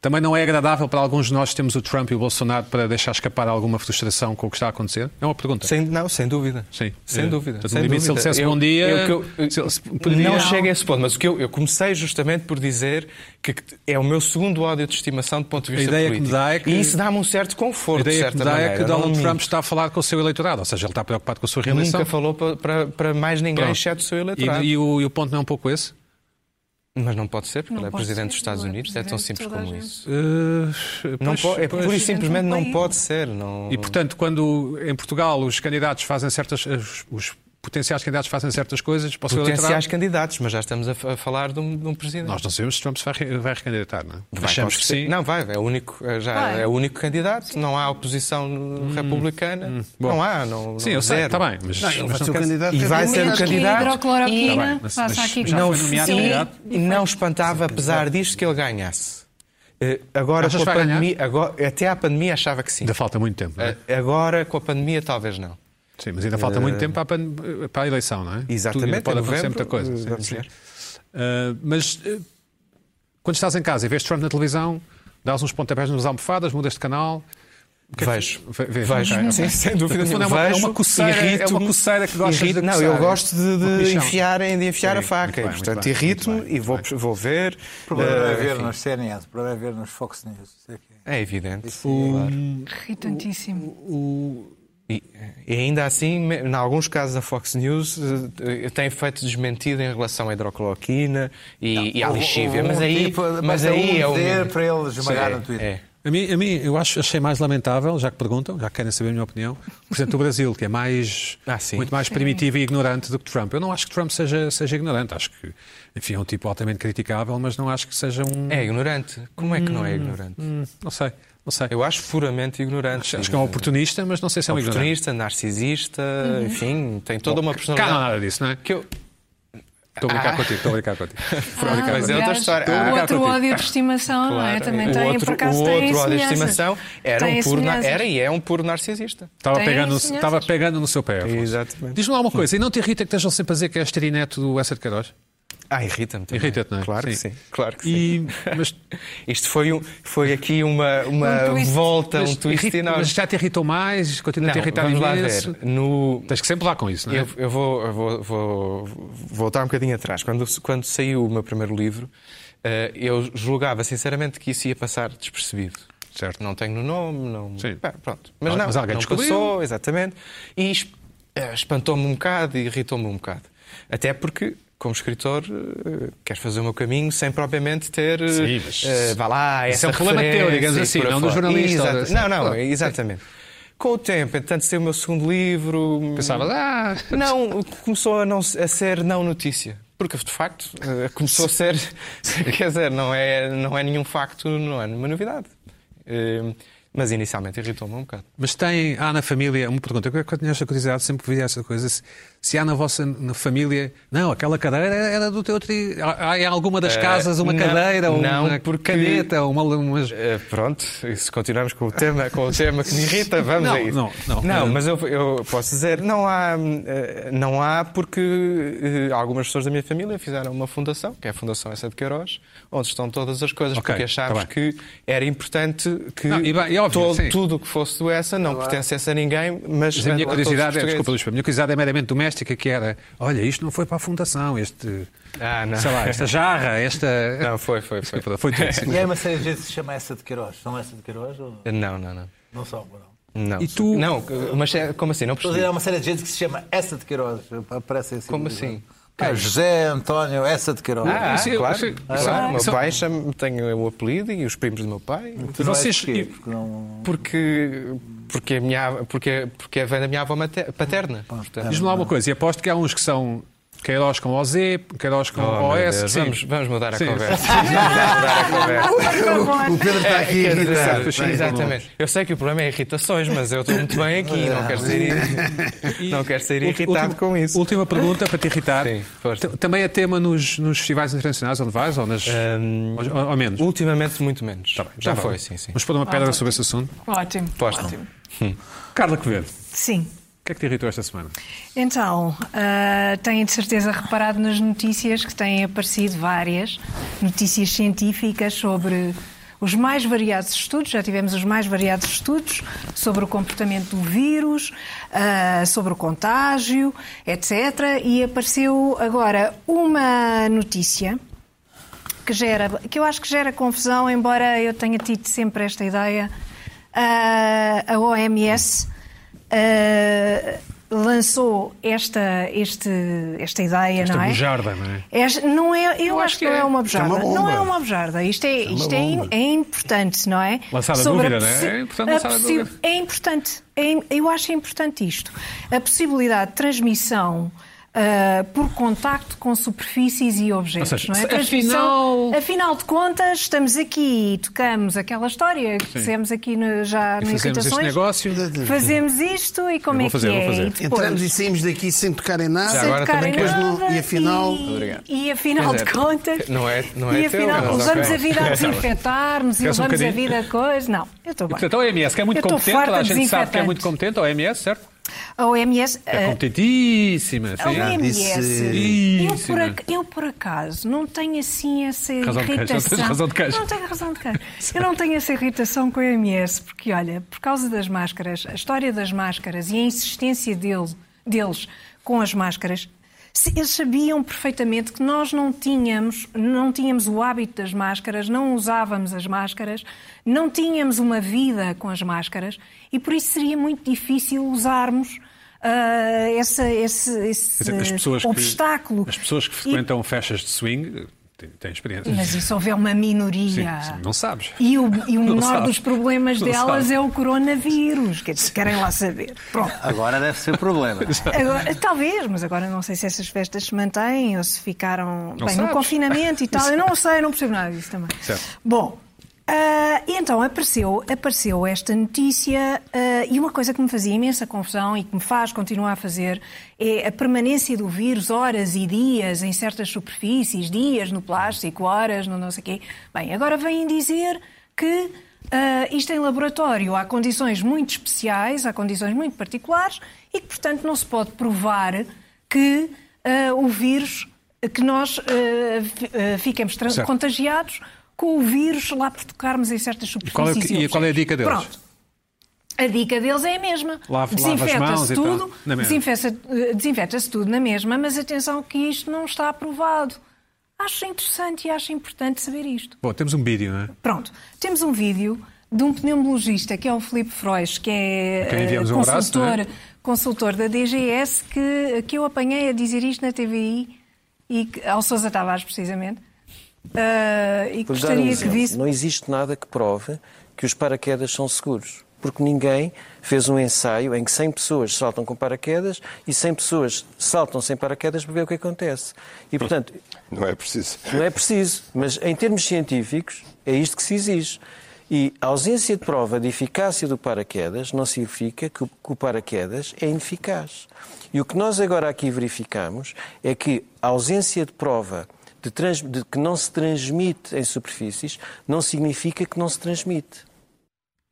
S1: Também não é agradável para alguns de nós termos o Trump e o Bolsonaro para deixar escapar alguma frustração com o que está a acontecer? É uma pergunta.
S5: Sem, não, sem dúvida.
S1: Sim.
S5: Sem
S1: Eh,
S5: dúvida.
S1: portanto,
S5: sem
S1: no limite, se ele
S5: dúvida.
S1: dissesse bom dia,
S5: eu- eu-
S1: se ele se podia-
S5: Não
S1: Não.
S5: chega a esse ponto, mas o que eu, eu comecei justamente por dizer que é o meu segundo ódio de estimação do ponto de
S1: A
S5: vista
S1: ideia que me
S5: político.
S1: dá é que-
S5: E isso dá-me um certo conforto,
S1: A
S5: de
S1: ideia que
S5: certa
S1: me dá
S5: maneira.
S1: é que Donald
S5: não
S1: Trump
S5: minto.
S1: está a falar com o seu eleitorado, ou seja, ele está preocupado com a sua reeleição.
S5: nunca falou pa- para, para mais ninguém,
S1: Pronto.
S5: exceto o seu
S1: E,
S5: eleitorado.
S1: e o, e o ponto não é um pouco esse?
S5: Mas não pode ser, porque
S3: Não
S5: ele é
S3: pode
S5: presidente
S3: ser,
S5: dos Estados
S3: ele é
S5: Unidos, é tão
S3: presidente de
S5: simples
S3: toda a
S5: como
S3: gente.
S5: isso.
S1: Eh,
S5: Não
S1: pois-
S5: po- é pura e
S3: pois.
S5: simplesmente não
S3: Então,
S5: pode ser. Não...
S1: E portanto, quando em Portugal os candidatos fazem certas. Os, os potenciais candidatos fazem certas coisas para o seu
S5: Potenciais
S1: eleitorado.
S5: candidatos, mas já estamos a, f- a falar de um, de um presidente.
S1: Nós não sabemos se Trump se vai, re- vai recandidatar, não é?
S5: Vai,
S1: Achamos
S5: com
S1: que
S5: certeza.
S1: sim.
S5: Não, vai, é o único, é, já,
S3: Vai.
S5: é o único candidato, não há oposição republicana.
S1: Hum. bom.
S5: Não há, não.
S1: sim,
S5: não,
S1: eu sei,
S5: zero.
S1: está bem. Mas,
S2: Ele
S1: mas
S2: vai ser o
S1: quer-
S2: candidato.
S5: E vai ser o
S3: Menos que a
S5: candidato.
S3: hidrocloroquina
S1: Tá bem, mas-
S3: faça
S1: mas
S3: aqui
S1: já
S5: Não,
S1: foi nomeado
S3: Sim.
S1: candidato.
S5: e não espantava, apesar disto, que ele ganhasse. Eh, Agora,
S1: Achas
S5: com a
S1: que vai ganhar?
S5: pandemia, agora- até à pandemia achava que sim.
S1: Ainda falta muito tempo, não é?
S5: Eh, Agora, com a pandemia, talvez não.
S1: Sim, mas ainda falta muito tempo para a, pan- para a eleição, não é?
S5: Eh, Exatamente,
S1: Tudo ainda pode
S5: em
S1: acontecer
S5: novembro, eh,
S1: muita coisa. sim,
S5: vamos
S1: sim.
S5: ver.
S1: Ah, mas eh, quando estás em casa e vês Trump na televisão, dás uns pontapés nas almofadas, mudas de canal. é
S5: Vejo.
S1: Ve- vê-
S5: Vejo.
S1: ok, ok.
S5: Sim, sem dúvida
S1: No fundo,
S5: nenhuma.
S1: é uma- é
S5: Vejo,
S1: uma coceira- é
S5: irrito-me,
S1: uma coceira que gostas de
S5: irrito- Não, eu
S1: coçar.
S5: gosto de,
S1: Uma
S5: de
S1: comichão.
S5: enfiar, eh, de enfiar a
S1: Sim,
S5: faca.
S1: muito
S5: e,
S1: bem, muito
S5: portanto,
S1: bem, muito
S5: irrito-me
S1: bem,
S5: e vou, vou ver.
S4: O problema é
S5: eh,
S4: ver nos CNN, o problema é ver nos Fox News. isso é que é.
S5: É evidente.
S3: Irritantíssimo.
S5: E, e ainda assim, me- em alguns casos, a Fox News eh, eh, tem feito desmentido em relação à hidrocloroquina e, e à
S4: Houve-
S5: lixívia.
S4: houve
S5: Mas
S4: um
S5: aí,
S4: tipo,
S5: mas
S4: basta
S5: aí
S4: um
S5: é um...
S4: dizer para ele esmagar
S5: Sim,
S4: no Twitter.
S5: é.
S1: A mim, a mim, eu acho, achei mais lamentável, já que perguntam, já que querem saber a minha opinião, por exemplo, o Brasil, que é mais,
S5: Ah, sim.
S1: muito mais primitivo e ignorante do que Trump. Eu não acho que Trump seja, seja ignorante, acho que, enfim, é um tipo altamente criticável, mas não acho que seja um.
S5: É ignorante. Como é que não é ignorante?
S1: Hum, Não sei, não sei.
S5: Eu acho puramente ignorante.
S1: acho, acho que é um oportunista, mas não sei se é um ignorante. Uhum.
S5: oportunista, narcisista, enfim, tem toda uma
S1: Cá não há
S5: personalidade.
S1: nada disso, não é?
S5: Que eu...
S1: Estou a brincar contigo, estou a brincar contigo.
S5: brincar. Mas é outra
S3: aliás,
S5: história. Ah,
S3: O
S5: cá
S3: outro
S1: contigo.
S3: ódio de estimação, não é?
S5: Claro.
S3: Também
S5: o
S3: tem,
S5: outro,
S3: por acaso
S5: o
S3: tem
S5: outro ódio de
S3: semelhanças.
S5: estimação era,
S3: Tem
S5: um puro, na-
S3: semelhanças.
S5: era e é um puro narcisista.
S1: Estava
S3: Tem
S1: pegando,
S3: semelhanças.
S1: estava pegando no seu pé. Afonso.
S5: Exatamente.
S1: Diz-me lá uma coisa, e não te irrita que estejam sempre a dizer que és trineto do Essa de Queiroz?
S5: Ah, irrita-me também.
S1: Irrita-te, não é?
S5: Claro que
S1: Sim.
S5: sim. Claro que sim.
S1: E, mas
S5: Isto foi, um, foi aqui uma, uma
S3: Um twist.
S5: volta, um
S1: mas
S5: twist
S1: irrita-
S5: enorme.
S1: mas já te irritou mais? Continua a te
S5: Não,
S1: irritar
S5: vamos lá
S1: imenso?
S5: ver. No,
S1: Tens que sempre lá com isso, não é?
S5: Eu, eu vou, eu vou- vou- vou voltar um bocadinho atrás. Quando, quando saiu o meu primeiro livro, eh, eu julgava sinceramente que isso ia passar despercebido.
S1: Certo.
S5: Não tenho no nome, não.
S1: Sim.
S5: Pá, pronto. Mas
S1: Ah,
S5: não,
S1: mas alguém
S5: não
S1: descobriu.
S5: passou, exatamente. E es- eh, espantou-me um bocado e irritou-me um bocado. Até porque, como escritor, eh, queres fazer o meu caminho sem propriamente ter. eh,
S1: Sim, mas-
S5: eh, vá lá,
S1: Isso
S5: essa
S1: é um problema
S5: referência
S1: teu, digamos
S5: e
S1: assim,
S5: por aí
S1: não do
S5: fora.
S1: jornalista ou
S5: Exata-
S1: desse-
S5: Não, não,
S1: Ah,
S5: exatamente. Com o tempo, entretanto, saiu o meu segundo livro.
S1: Pensavas, ah,
S5: Não, o que começou a, não, a ser não notícia. Porque, de facto, eh, começou a ser. Quer dizer, não é, não é nenhum facto, não é nenhuma novidade. Eh, Mas inicialmente irritou-me um bocado.
S1: Mas tem, há na família, uma pergunta, eu quando tinha esta curiosidade, sempre que vi essa coisa, se, se há na vossa na família, não, aquela cadeira era, era do teu tri, há há em alguma das casas uma
S5: Eh, não,
S1: cadeira,
S5: não,
S1: uma
S5: porque-
S1: caneta, uma, umas...
S5: Eh, pronto, e se continuarmos com o tema, com o tema que me irrita, vamos
S1: Não,
S5: a isso.
S1: não, não. Eh,
S5: mas eu, eu posso dizer, não há, eh, não há porque eh, algumas pessoas da minha família fizeram uma fundação, que é a Fundação Essa de Queiroz, onde estão todas as coisas,
S1: Ok,
S5: porque achámos
S1: tá
S5: que era importante que
S1: Não, e bem, e óbvio,
S5: todo-
S1: sim.
S5: tudo o que fosse do Essa não pertencesse a ninguém, mas,
S1: Mas a minha
S5: a todos os
S1: curiosidade, é,
S5: portugueses.
S1: desculpa, Luís, a minha curiosidade é meramente doméstica, que era, olha, isto não foi para a fundação, este,
S5: Ah, não.
S1: sei lá, esta jarra, esta...
S5: Não, foi, foi, foi.
S1: Desculpa, foi tudo. sim.
S4: E aí uma série de gente se chama essa de Queiroz. São essa de Queiroz ou
S5: Não, não, não.
S4: não são? Não.
S5: Não,
S1: E tu-
S5: não mas é- como assim? Não
S4: Estou a
S5: percebi.
S4: dizer, há uma série de gente que se chama essa de Queiroz. Parece assim.
S5: Como assim?
S4: Ah, José António Essa de Queiroz.
S5: Ah,
S1: Isso eu-
S5: claro.
S1: isso eu-
S5: claro.
S1: isso é eu-
S5: meu
S1: isso eu-
S5: pai é chama, tem o apelido e os primos do meu pai.
S4: Tu não
S1: Vocês-
S4: és de quê? Porque não...
S5: Porque, porque, a minha, av- porque, porque vem da minha avó mater- paterna. Portanto,
S1: Diz-me lá uma coisa, e aposto que há uns que são Queiroz com OZ, Queiroz com
S5: Oh, meu
S1: OS,
S5: Deus,
S1: sim.
S5: vamos, vamos mudar a
S1: Sim.
S5: conversa. Vamos mudar a conversa.
S2: O Pedro está aqui
S5: Quer dizer,
S2: irritado.
S5: sim, exatamente. Eu sei que o problema é irritações, mas eu estou muito bem aqui. Não quero sair, não quero sair
S1: Ulti-
S5: irritado
S1: última-
S5: com isso.
S1: Última pergunta para te irritar.
S5: Sim, força.
S1: T- Também é tema nos, nos festivais internacionais onde vais ou, nas,
S5: Hum,
S1: ou, ou menos?
S5: Ultimamente, muito menos.
S1: Tá bem,
S5: Já
S1: tá bem.
S5: foi, sim, sim.
S1: Vamos pôr uma pedra sobre esse assunto.
S3: Ah, tá Ótimo.
S5: Posta.
S1: Carla Quevedo, o
S3: Sim.
S1: que é que te irritou esta semana?
S3: Então, ah, têm de certeza reparado nas notícias que têm aparecido várias notícias científicas sobre os mais variados estudos, já tivemos os mais variados estudos sobre o comportamento do vírus, ah, sobre o contágio, etc. E apareceu agora uma notícia que gera, que eu acho que gera confusão, embora eu tenha tido sempre esta ideia. Ah, a OMS ah, lançou esta, este, esta ideia,
S1: Esta
S3: não é?
S1: bujarda, não é?
S3: Esta- não é eu acho, que não é uma bujarda.
S2: uma bomba.
S3: não é uma bujarda. Isto é, isto é,
S2: bomba.
S3: é importante, não é?
S1: Lançada a
S3: Sobre
S1: dúvida, não é?
S3: possi-
S1: É importante
S3: a
S1: lançar a
S3: possi-
S1: dúvida.
S3: é importante. É im- eu acho importante isto. A possibilidade de transmissão ah, por contacto com superfícies e objetos.
S1: Ou seja,
S3: não é?
S1: se-
S3: Transmissão-
S1: afinal-
S3: afinal de contas, estamos aqui e tocamos aquela história que fizemos aqui no- já
S1: E
S3: no
S1: fazemos este
S3: Irritações.
S1: negócio. né?
S3: Fazemos isto e como
S1: Eu vou
S3: é que
S1: fazer,
S3: é?
S1: vou fazer.
S3: E depois-
S2: Entramos e saímos daqui sem tocar em nada.
S5: Já agora
S3: tocarem
S5: também quero-
S3: nada
S2: Depois não- e afinal-
S5: Obrigado.
S3: E, e afinal
S5: Pois é.
S3: de contas.
S5: Não é- não é
S3: e
S5: teu,
S3: afinal,
S5: mas ok.
S3: levamos a vida a desinfetarmos e
S1: Queres um
S3: levamos a
S1: bocadinho?
S3: vida a coisa. Não, eu estou bem.
S1: Portanto, a OMS, que é
S3: Eu
S1: muito
S3: estou
S1: competente, toda a
S3: farta de
S1: gente sabe que é
S3: desinfetantes.
S1: muito competente, a OMS, certo?
S3: A OMS.
S1: É
S3: eh,
S1: competentíssima,
S3: a
S1: sim.
S3: OMS. Eu
S1: Isso,
S3: por,
S1: não é?
S3: ac- eu, por acaso, não tenho assim essa
S1: Razão de queixa,
S3: irritação.
S1: não tens razão de queixa.
S3: Não tenho razão de queixa. Eu não tenho essa irritação com a OMS, porque, olha, por causa das máscaras, a história das máscaras e a insistência dele- deles com as máscaras, se- eles sabiam perfeitamente que nós não tínhamos, não tínhamos o hábito das máscaras, não usávamos as máscaras, não tínhamos uma vida com as máscaras e por isso seria muito difícil usarmos ah, essa- esse, esse
S1: Quer dizer, as pessoas
S3: Eh, obstáculo.
S1: Que, as pessoas que
S3: E-
S1: frequentam festas de swing eh, têm, têm experiência.
S3: mas isso houver uma minoria.
S1: Sim, sim, não sabes.
S3: E o, e o
S1: Não
S3: menor
S1: sabes.
S3: dos problemas
S1: Não
S3: delas
S1: sabes.
S3: é o coronavírus. Quer dizer, querem lá saber. Pronto.
S4: Agora deve ser problema.
S3: Agora, talvez, mas agora não sei se essas festas se mantêm ou se ficaram bem no
S1: sabes.
S3: confinamento e tal. Eu não sei, não percebo nada disso também.
S1: Certo.
S3: Bom, ah, e então apareceu, apareceu esta notícia ah, e uma coisa que me fazia imensa confusão e que me faz continuar a fazer é a permanência do vírus horas e dias em certas superfícies, dias no plástico, horas no não sei quê. Bem, agora vêm dizer que ah, isto em laboratório há condições muito especiais, há condições muito particulares e que, portanto, não se pode provar que ah, o vírus, que nós ah, fi- ah, fiquemos tra-
S1: Certo.
S3: contagiados com o vírus lá por tocarmos em certas
S1: E qual é, o
S3: superfícies.
S1: que- e qual é a dica deles?
S3: Pronto. A dica deles é a mesma.
S1: Lava- lava as mãos
S3: Desinfeta-se
S1: e tal.
S3: tudo,
S1: Na mesma.
S3: desinfeta- eh, desinfeta-se tudo na mesma, mas atenção que isto não está aprovado. Acho interessante e acho importante saber isto.
S1: Bom, temos um vídeo, não é?
S3: Pronto, temos um vídeo de um pneumologista que é o Filipe Frois, que é
S1: A quem
S3: eh,
S1: enviamos um
S3: consultor,
S1: abraço, não é?
S3: consultor da DGS, que, que eu apanhei a dizer isto na TVI, e que, ao Sousa Tavares, precisamente, Ah,
S10: Vou-lhe
S3: e
S10: dar um
S3: gostaria que
S10: exemplo.
S3: visse.
S10: Não existe nada que prove que os paraquedas são seguros. Porque ninguém fez um ensaio em que 100 pessoas saltam com paraquedas e 100 pessoas saltam sem paraquedas para ver o que acontece. E, portanto,
S11: Não é preciso.
S10: não é preciso. Mas, em termos científicos, é isto que se exige. E a ausência de prova de eficácia do paraquedas não significa que o que o paraquedas é ineficaz. E o que nós agora aqui verificamos é que a ausência de prova de, trans- de que não se transmite em superfícies não significa que não se transmite.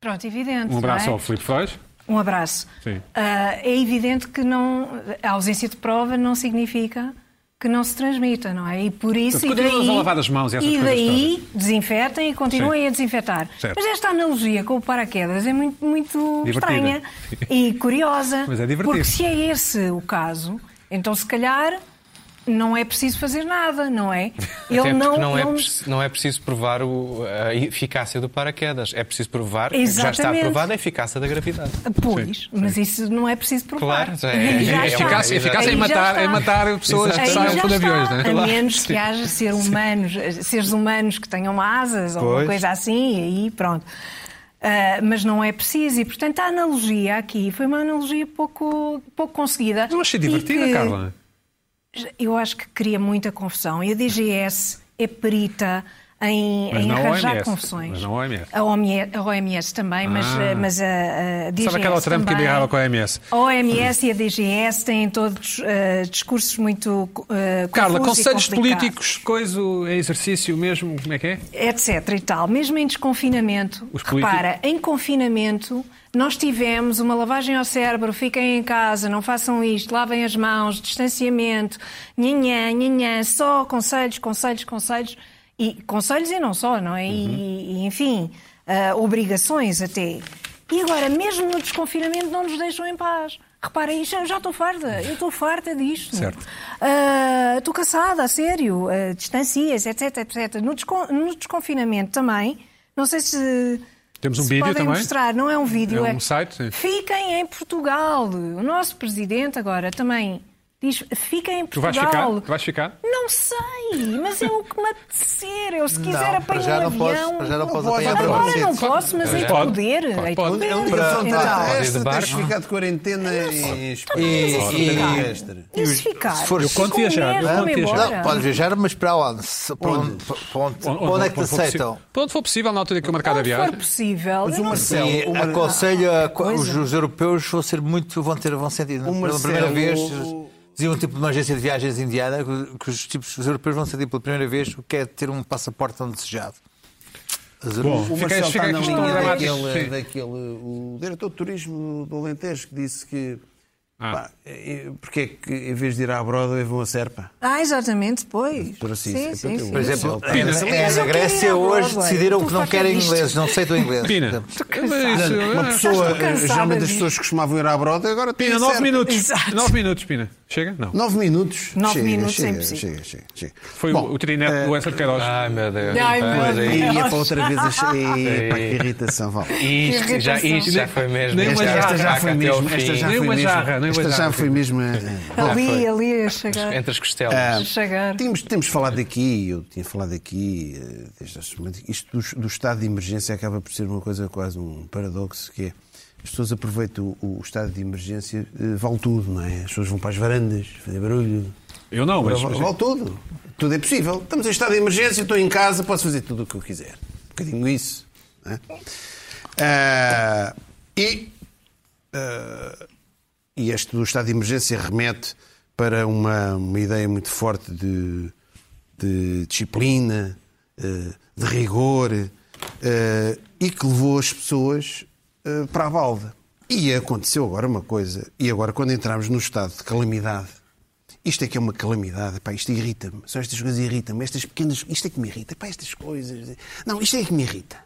S3: Pronto, evidente.
S1: Um abraço
S3: não é?
S1: ao Filipe Freud.
S3: Um abraço.
S1: Sim.
S3: Ah, é evidente que não, a ausência de prova não significa que não se transmita, não é? E por isso.
S1: Portanto,
S3: e
S1: continuamos
S3: daí,
S1: a lavar as mãos e essas
S3: E
S1: coisas
S3: daí desinfetem e continuem
S1: Sim.
S3: a desinfetar.
S1: Certo.
S3: Mas esta analogia com o paraquedas é muito, muito
S1: Divertida.
S3: estranha e curiosa.
S1: Mas é divertido.
S3: porque se é esse o caso, então se calhar não é preciso fazer nada, não é?
S5: Até
S3: Ele
S5: porque
S3: não.
S5: não, é,
S3: ele-
S5: preci- não é preciso provar o- a eficácia do paraquedas. É preciso provar que já está
S3: Exatamente.
S5: aprovada a eficácia da gravidade.
S3: Pois, mas isso não é preciso provar.
S5: Claro, já é-
S3: Aí já
S5: é
S3: está.
S5: eficaz- eficaz em
S3: Aí já
S1: matar-
S3: está.
S1: em matar pessoas que
S3: Aí
S1: saem
S3: já
S1: por
S3: está.
S1: aviões, não é?
S3: A
S1: Claro.
S3: menos que haja ser humanos, seres humanos que tenham asas ou alguma
S5: Pois.
S3: coisa assim, e aí pronto. Ah, mas não é preciso, e portanto a analogia aqui foi uma analogia pouco, pouco conseguida.
S1: Mas eu achei
S3: E
S1: divertida,
S3: que-
S1: Carla.
S3: eu acho que cria muita confusão. E a DGS é perita em,
S1: Mas
S3: em
S1: não a
S3: arranjar
S1: OMS.
S3: confusões.
S1: Mas não a OMS.
S3: A OMS, a OMS também, mas, eh,
S1: Ah.
S3: mas a, a DGS.
S1: Sabe aquela Trump que
S3: também.
S1: brigava com a OMS?
S3: A OMS e a DGS têm todos eh, discursos muito. eh,
S1: Carla,
S3: confusos e
S1: conselhos
S3: complicados
S1: políticos, coisa, é exercício mesmo, como é que é?
S3: etc e tal, mesmo em desconfinamento,
S1: Os políticos-
S3: repara, em confinamento nós tivemos uma lavagem ao cérebro, fiquem em casa, não façam isto, lavem as mãos, distanciamento, nhanhã, nhanhã, só conselhos, conselhos, conselhos. E conselhos e não só, não é? E- E, enfim, ah, obrigações até. E agora, mesmo no desconfinamento, não nos deixam em paz. Repara, isto, eu já estou farta, eu estou farta disto.
S1: Certo.
S3: Ah, Estou cansada, a sério. Ah, distancias, etc, etc. No, descon- no desconfinamento também, não sei se.
S1: Temos um
S3: se
S1: vídeo
S3: podem
S1: também?
S3: mostrar, não é um vídeo.
S1: É um site, sim.
S3: Fiquem em Portugal. O nosso presidente agora também diz: fiquem em
S1: Tu vais
S3: Portugal.
S1: ficar? Tu vais ficar?
S3: Não sei, mas é o que me apetecer. Eu, se quiser, apanho
S11: já
S3: um
S11: não posso-
S3: avião.
S11: para já não posso
S2: Não
S11: apanhar É
S2: posso.
S11: avião.
S3: Agora não posso, mas hei de
S1: Pode.
S3: poder. hei de
S1: Pode.
S3: poder.
S2: A
S11: um
S2: única fronteira
S3: Então,
S2: é
S5: de
S2: esta,
S5: barco.
S2: tens de ficar de quarentena e...
S11: E,
S3: Mas
S11: e-
S3: ficar. E se ficar?
S11: Se for- Eu
S1: conto viajar, eu conto viajar.
S11: Não, pode viajar, mas para onde? Se- Para onde, para onde, para onde é que te
S1: for possi-
S11: aceitam?
S1: Para onde for possível, na altura que eu marcar a
S3: Quando for
S1: viagem.
S3: possível. eu não sei.
S11: E aconselho a- os,
S3: coisa.
S11: os europeus vão ser muito vão ter vão sentir é? pela
S2: Marcelo-
S11: primeira vez diziam um tipo de uma agência de viagens indiana que- que os tipos os europeus vão sentir pela primeira vez o que é ter um passaporte tão desejado. Os europeus-
S2: O
S1: Fica-
S2: Marcelo
S1: fica
S2: está na
S1: aqui
S2: linha
S1: programados,
S2: daquele,
S1: sim.
S2: daquele- O diretor de turismo do Alentejo que disse que. Pá, eh, porque é que em vez de ir à Broadway vão a Serpa?
S3: Ah, exatamente, pois.
S2: Por assim, sim,
S3: sim, sim,
S2: por
S3: sim.
S11: um por exemplo,
S2: Sim.
S11: na-
S2: Mas eu
S11: na
S3: queria ir
S11: Grécia
S3: à
S11: hoje
S3: Broadway.
S11: decidiram
S3: Tu
S11: que não
S3: faz
S11: querem
S3: isto.
S11: ingleses, não aceitam inglês.
S1: Pina.
S2: eh,
S1: eh,
S2: Uma pessoa,
S3: estou cansada
S2: geralmente as
S3: disto.
S2: pessoas costumavam ir à Broadway, agora tem
S1: Pina,
S2: a
S1: nove
S2: Serpa.
S1: minutos.
S3: Exato.
S1: Nove minutos, Pina. Chega? Não.
S2: Nove minutos.
S3: Nove
S2: chega,
S3: minutos, é
S2: chega,
S3: impossível.
S2: chega, chega, chega.
S1: Foi o- o trinete do Enzo de Queiroz.
S5: Ai, meu Deus.
S3: Ai, meu
S5: Pois é,
S2: E
S5: aí.
S2: ia para outra vez. a- E, pá, que irritação, vá.
S5: Isto já, isto já foi mesmo.
S1: Nem uma
S5: Isto já
S1: jarra.
S2: Esta já
S5: ataca
S2: foi
S5: até ao
S2: mesmo. Esta
S5: fim.
S2: já
S1: Nem
S2: foi
S1: uma
S2: mesmo.
S1: jarra, nem uma
S2: Esta já
S1: jarra.
S2: foi mesmo. eh,
S3: Ali, ali, a chegar.
S1: É
S5: Entre as costelas.
S11: É.
S3: A chegar.
S2: Temos, temos falado aqui, eu tinha falado aqui, eh, desde este momento, isto do, do estado de emergência acaba por ser uma coisa quase um paradoxo, que é as pessoas aproveitam o, o estado de emergência, eh, vale tudo, não é? As pessoas vão para as varandas, fazer barulho,
S1: Eu não, mas.
S2: vale, vale tudo, tudo é possível. Estamos em estado de emergência, estou em casa, posso fazer tudo o que eu quiser. Um bocadinho isso. não é? Ah, e e este do estado de emergência remete para uma, uma ideia muito forte de, de disciplina, eh, de rigor, eh, e que levou as pessoas eh, para a balda. E aconteceu agora uma coisa, e agora quando entramos no estado de calamidade, isto é que é uma calamidade, pá, isto irrita-me, só estas coisas irritam-me, estas pequenas, isto é que me irrita, pá, estas coisas. Não, isto é que me irrita,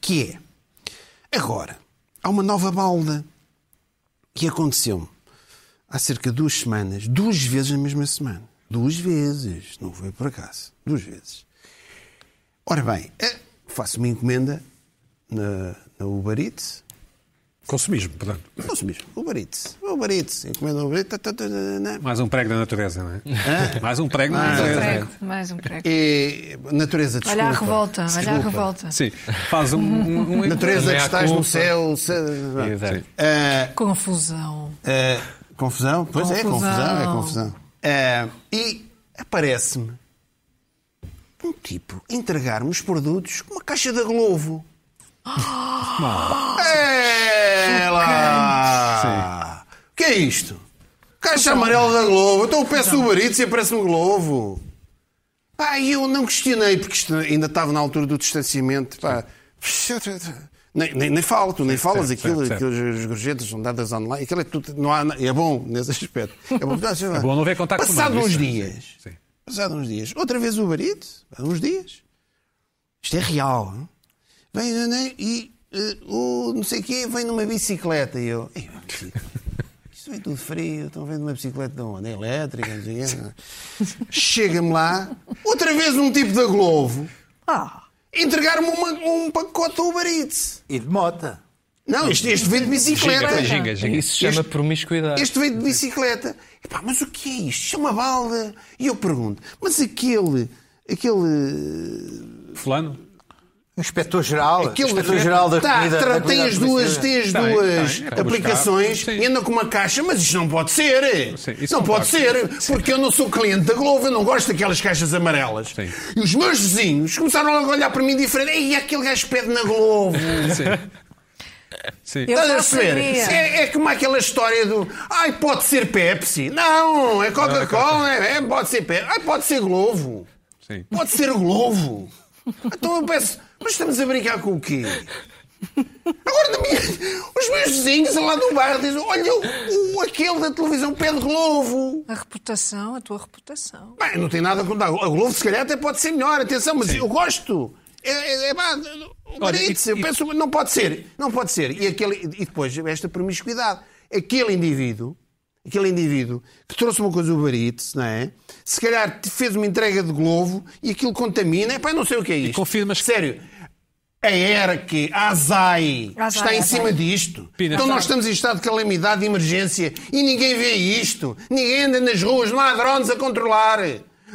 S2: que é, agora, há uma nova balda, que aconteceu-me há cerca de duas semanas, duas vezes na mesma semana. Duas vezes, não foi por acaso. Duas vezes. Ora bem, eh, faço uma encomenda na, na Uber Eats.
S1: Consumismo, portanto.
S2: Faço mesmo, Uber Eats. Uber Eats, encomenda Uber Eats. tá, tá, tá, tá, tá, tá.
S1: Mais um prego da natureza, não é? Mais um prego da natureza.
S3: Prego, mais um prego.
S2: E, natureza, desculpa.
S3: Olha a revolta, olha a
S2: Desculpa.
S3: revolta.
S1: Sim. Faz um. um, um-
S2: Natureza que
S5: Mea
S2: estás no
S5: culpa.
S2: céu. se-
S5: Exato.
S2: Ah,
S3: Confusão.
S2: Uh, confusão? Pois é,
S3: Confusão.
S2: confusão, é confusão. Uh, e aparece-me um tipo entregar-me os produtos com uma caixa da Globo. é lá! O que é isto? Caixa amarela da Globo. Então eu peço o barito e aparece um Globo. Pá, e eu não questionei, porque isto ainda estava na altura do distanciamento. Pá. Nem, nem, nem falo, tu nem falas
S1: certo,
S2: aquilo,
S1: certo,
S2: aquilo as gorjetas são dadas online, aquilo é tudo, não há, na- é bom nesse aspecto. É bom, é
S1: bom não haver contacto
S2: Passado
S1: humano,
S2: uns
S1: isso é-
S2: dias,
S1: Sim.
S2: passado uns dias, outra vez o barito, há uns dias, isto é real, hein? vem né, né, e eh, o não sei quê vem numa bicicleta e eu, "Ei, isto vem tudo frio, estão vendo uma bicicleta de onde? É Elétrica, não sei o quê. Chega-me lá, outra vez um tipo da Globo,
S3: Ah,
S2: entregar-me uma- um pacote Uber Eats.
S11: E de mota.
S2: Não, este, este veio de bicicleta.
S1: Giga, giga, giga.
S5: Isso se chama
S2: Este-
S5: promiscuidade.
S2: Este veio de bicicleta. Epá, mas o que é isto? Isto é uma balda. E eu pergunto, mas aquele. Aquele.
S1: Fulano.
S11: O inspetor-geral.
S2: aquele
S11: Inspetor-geral da
S2: Tá,
S11: comida.
S2: tra-
S11: da
S2: tem
S11: comida
S2: as duas,
S11: doméstica.
S2: tem as
S1: Tem,
S2: duas
S1: tem, é,
S2: aplicações
S1: buscar. Sim.
S2: e anda com uma caixa, mas isto não pode ser.
S1: Sim, isso
S2: não
S1: não
S2: pode
S1: pode.
S2: ser, porque eu não sou cliente da Globo, eu não gosto daquelas caixas amarelas.
S1: Sim.
S2: E os meus vizinhos começaram logo a olhar para mim diferente. Ei, aquele gajo pede na Globo.
S1: Sim. Sim.
S3: eu
S2: Estás a
S3: já
S2: perceber?
S3: sabia.
S2: É, é como aquela história do. Ai, pode ser Pepsi. Não, é Coca-Cola, é, é, pode ser Pepsi. Ai, pode ser Globo.
S1: Sim.
S2: Pode ser Globo. Então eu peço, mas estamos a brincar com o quê? Agora, na minha- os meus vizinhos lá do bairro dizem: olha, o, como aquele da televisão Pedro Globo.
S3: A reputação, a tua reputação.
S2: Bem, não tem nada contra. A Globo, se calhar, até pode ser melhor. Atenção, mas eu gosto. É, é, é, pá, o
S1: Olha,
S2: Benítez,
S1: e-
S2: eu
S1: e-
S2: penso, não pode ser. Não pode ser. E, aquele, e depois, esta promiscuidade. Aquele indivíduo, aquele indivíduo que trouxe uma coisa do Barite, não é? Se calhar te fez uma entrega de Globo e aquilo contamina. É pá, não sei o que é isto.
S1: confirmas que-
S2: Sério. A era que a ASAI
S3: A
S2: está
S3: Azai,
S2: em
S3: a
S2: cima
S3: Azai.
S2: disto.
S1: Pina. tá.
S2: Então nós estamos em estado de calamidade, de emergência e ninguém vê isto. Ninguém anda nas ruas, não há drones a controlar.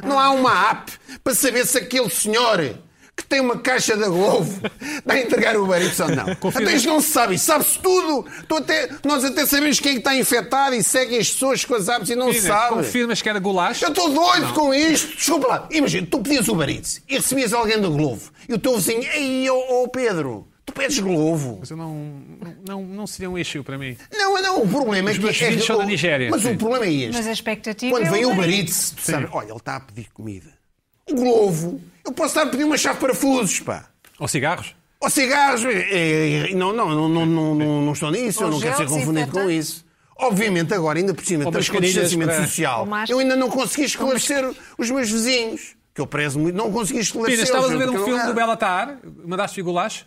S2: Não há uma app para saber se aquele senhor que tem uma caixa da Globo está a entregar o barito ou não.
S1: Confirma.
S2: Até isto não se sabe, isto sabe-se tudo. Estou até- nós até sabemos quem é que está infectado e seguem as pessoas com as apps e não se
S1: Pina,
S2: sabe.
S1: né? Confirmas que era
S2: Eu
S1: gulacho?
S2: estou doido com isto. Desculpa lá. Imagina, tu pedias o barito e recebias alguém do Globo. E o teu vizinho, ei, ô ô, Pedro, tu pedes Globo.
S1: Mas eu não, não, não, não seria um issue para mim.
S2: Não, não, o problema é que.
S1: meus
S2: é-
S1: filhos são da Nigéria.
S2: Mas
S1: Sim.
S2: o problema é este.
S3: Mas a expectativa
S2: Quando
S3: é
S2: vem
S3: o
S2: o
S3: Uber
S2: Barito, tu sabes, olha, ele está a pedir comida. O Globo, eu posso estar a pedir uma chave de parafusos, pá.
S1: Ou cigarros?
S2: Ou cigarros, é, é, não, não, não, não, não, não, não estou nisso, eu
S3: Ou
S2: não quero ser
S3: gel
S2: confundido com
S3: desinfetante.
S2: isso. Obviamente, agora, ainda por cima,
S1: Ou
S2: estamos com o
S1: mascarilhas
S2: distanciamento
S1: para-
S2: social.
S3: Ou máscara.
S2: Eu ainda não consegui esclarecer os meus vizinhos, que eu prezo muito, não consegui esclarecer.
S1: Pina, estavas a
S2: eu
S1: ver
S2: juro
S1: um
S2: que eu
S1: filme
S2: não
S1: do
S2: era.
S1: Belatar, mandaste vir gulacho?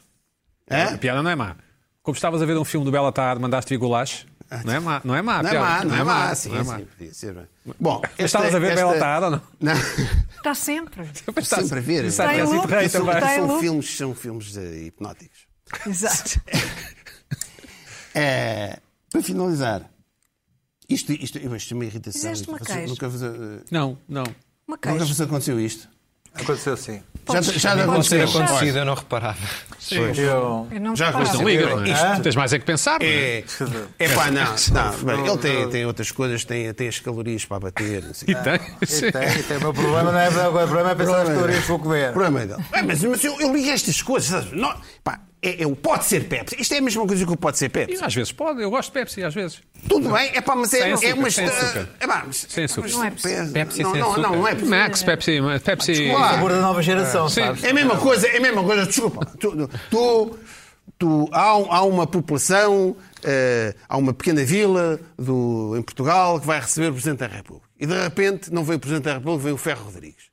S1: A
S2: Hã?
S1: piada não é má. Como estavas a ver um filme do Belatar, mandaste vir gulacho? Não é má, não é má. a
S2: Não é
S1: piada.
S2: má, não é má, sim,
S1: não é má.
S2: sim, é- podia ser. bem. Bom, esta-
S1: Mas estavas a ver
S2: esta-
S1: Belatar ou não?
S2: Não.
S3: Está sempre.
S1: Está
S2: sempre a ver.
S1: Está
S3: Tem um
S1: a
S3: look,
S1: rei
S3: isso
S1: também.
S3: está-
S2: são,
S3: Stylo.
S2: filmes, são filmes eh, hipnóticos.
S3: Exato.
S2: É, para finalizar, isto, isto, isto, isto é uma irritação.
S3: Fizeste uma
S2: Vocês-
S3: queixa.
S2: Nunca vos, eh,
S1: Não, não.
S3: Uma
S2: nunca
S3: queixa.
S2: vos aconteceu isto.
S4: Aconteceu assim.
S2: Já, já lhe
S5: Pode
S2: aconteceu.
S5: ter acontecido, eu não reparava.
S4: Eu...
S3: Eu não
S2: Já
S3: reparava.
S2: gostam.
S1: Não liga, não é?
S2: Isto-
S1: Tens mais é que pensar. não é?
S2: É, é pá, não, não, bem, ele tem, tem outras coisas, tem, tem as calorias para bater. Não é? sei.
S1: E tem. sim.
S4: E tem, e tem. O meu problema não é, o meu problema é pensar nas calorias que vou comer.
S2: Problema é dele. É, mas mas eu, eu ligo estas coisas, sabes? Não, pá, é, é o pode ser Pepsi. Isto é a mesma coisa que o pode ser
S1: E
S2: Pepsi.
S1: às vezes pode, eu gosto de Pepsi, às vezes.
S2: Tudo bem, é pá, mas é,
S1: Sem açúcar,
S2: é uma.
S1: sem açúcar.
S2: É pá, mas,
S1: Sem açúcar.
S3: Não é
S2: Pepsi,
S5: Pepsi
S2: não,
S5: sem
S2: não, não, não é possível.
S1: Max, Pepsi, Pepsi.
S2: Claro.
S4: Sabor da nova geração,
S1: Sim.
S4: sabes?
S2: É a mesma coisa, é a mesma coisa, desculpa. Tu, tu, tu- há, um- há uma população, eh, há uma pequena vila do, em Portugal que vai receber o Presidente da República. E de repente não veio o Presidente da República, veio o Ferro Rodrigues.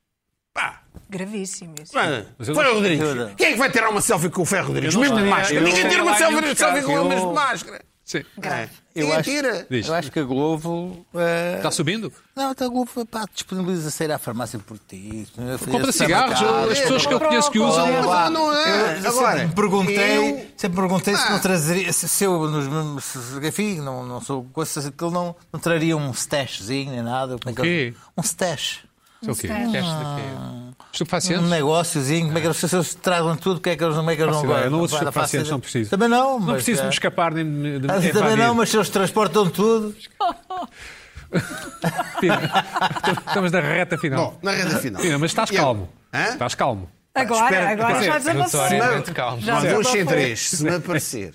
S2: Pá,
S3: Gravíssimo isso.
S2: mano,
S1: Mas eu
S2: Ferro
S1: não-
S2: Rodrigues.
S4: eu não-
S2: Quem é que vai tirar uma selfie com o Ferro Rodrigues?
S1: Eu não
S2: Mesmo de
S1: sei.
S2: máscara.
S1: Eu-
S2: Ninguém tira uma
S1: Lá em
S2: selfie,
S1: nenhum
S2: selfie com ele
S1: caso.
S2: mesmo de máscara.
S1: Sim.
S2: É.
S4: Eu
S2: Ninguém
S4: acho-
S2: tira.
S1: Diz.
S4: Eu acho que a Globo. eh,
S1: Está subindo?
S4: Não, então a Globo pá, disponibiliza sair à farmácia por ti. é
S1: Compra cigarros, as pessoas que eu conheço que usam.
S2: Olha lá. Não, não é. Agora,
S4: sempre me perguntei,
S2: eu-
S4: sempre me perguntei se
S2: Ah.
S4: não trazeria, se, se eu nos meus- se- enfim, não, não sou coisa se aquilo não, não traria um stashzinho nem nada. Como é que
S1: quê?
S4: ele- Um stash.
S1: Sei o quê? é
S5: Teste daqui.
S4: Um
S1: Estupefacientes?
S4: negóciozinho, como é que eles se eles tragam tudo, porque é que eles como é que eles não
S1: Faço ideia,
S4: gostam?
S1: não uso
S4: Pá, dá
S1: estupefacientes,
S4: fácil.
S1: não preciso.
S4: Também não,
S1: Não
S4: mas,
S1: preciso me
S4: é.
S1: escapar nem de. de
S4: Ah,
S1: me
S4: também não,
S1: evadir.
S4: mas se eles transportam tudo.
S1: Pina, Estamos na reta final.
S2: Bom, na rede final.
S1: Pina, mas estás
S2: E eu-
S1: calmo.
S2: Hã?
S1: Estás calmo.
S3: Agora,
S2: Espera,
S3: agora
S2: espera.
S3: já desabafou.
S5: Notoriamente calmo.
S3: Já
S2: Olha, dois
S3: desabafou.
S2: sem três, se me aparecer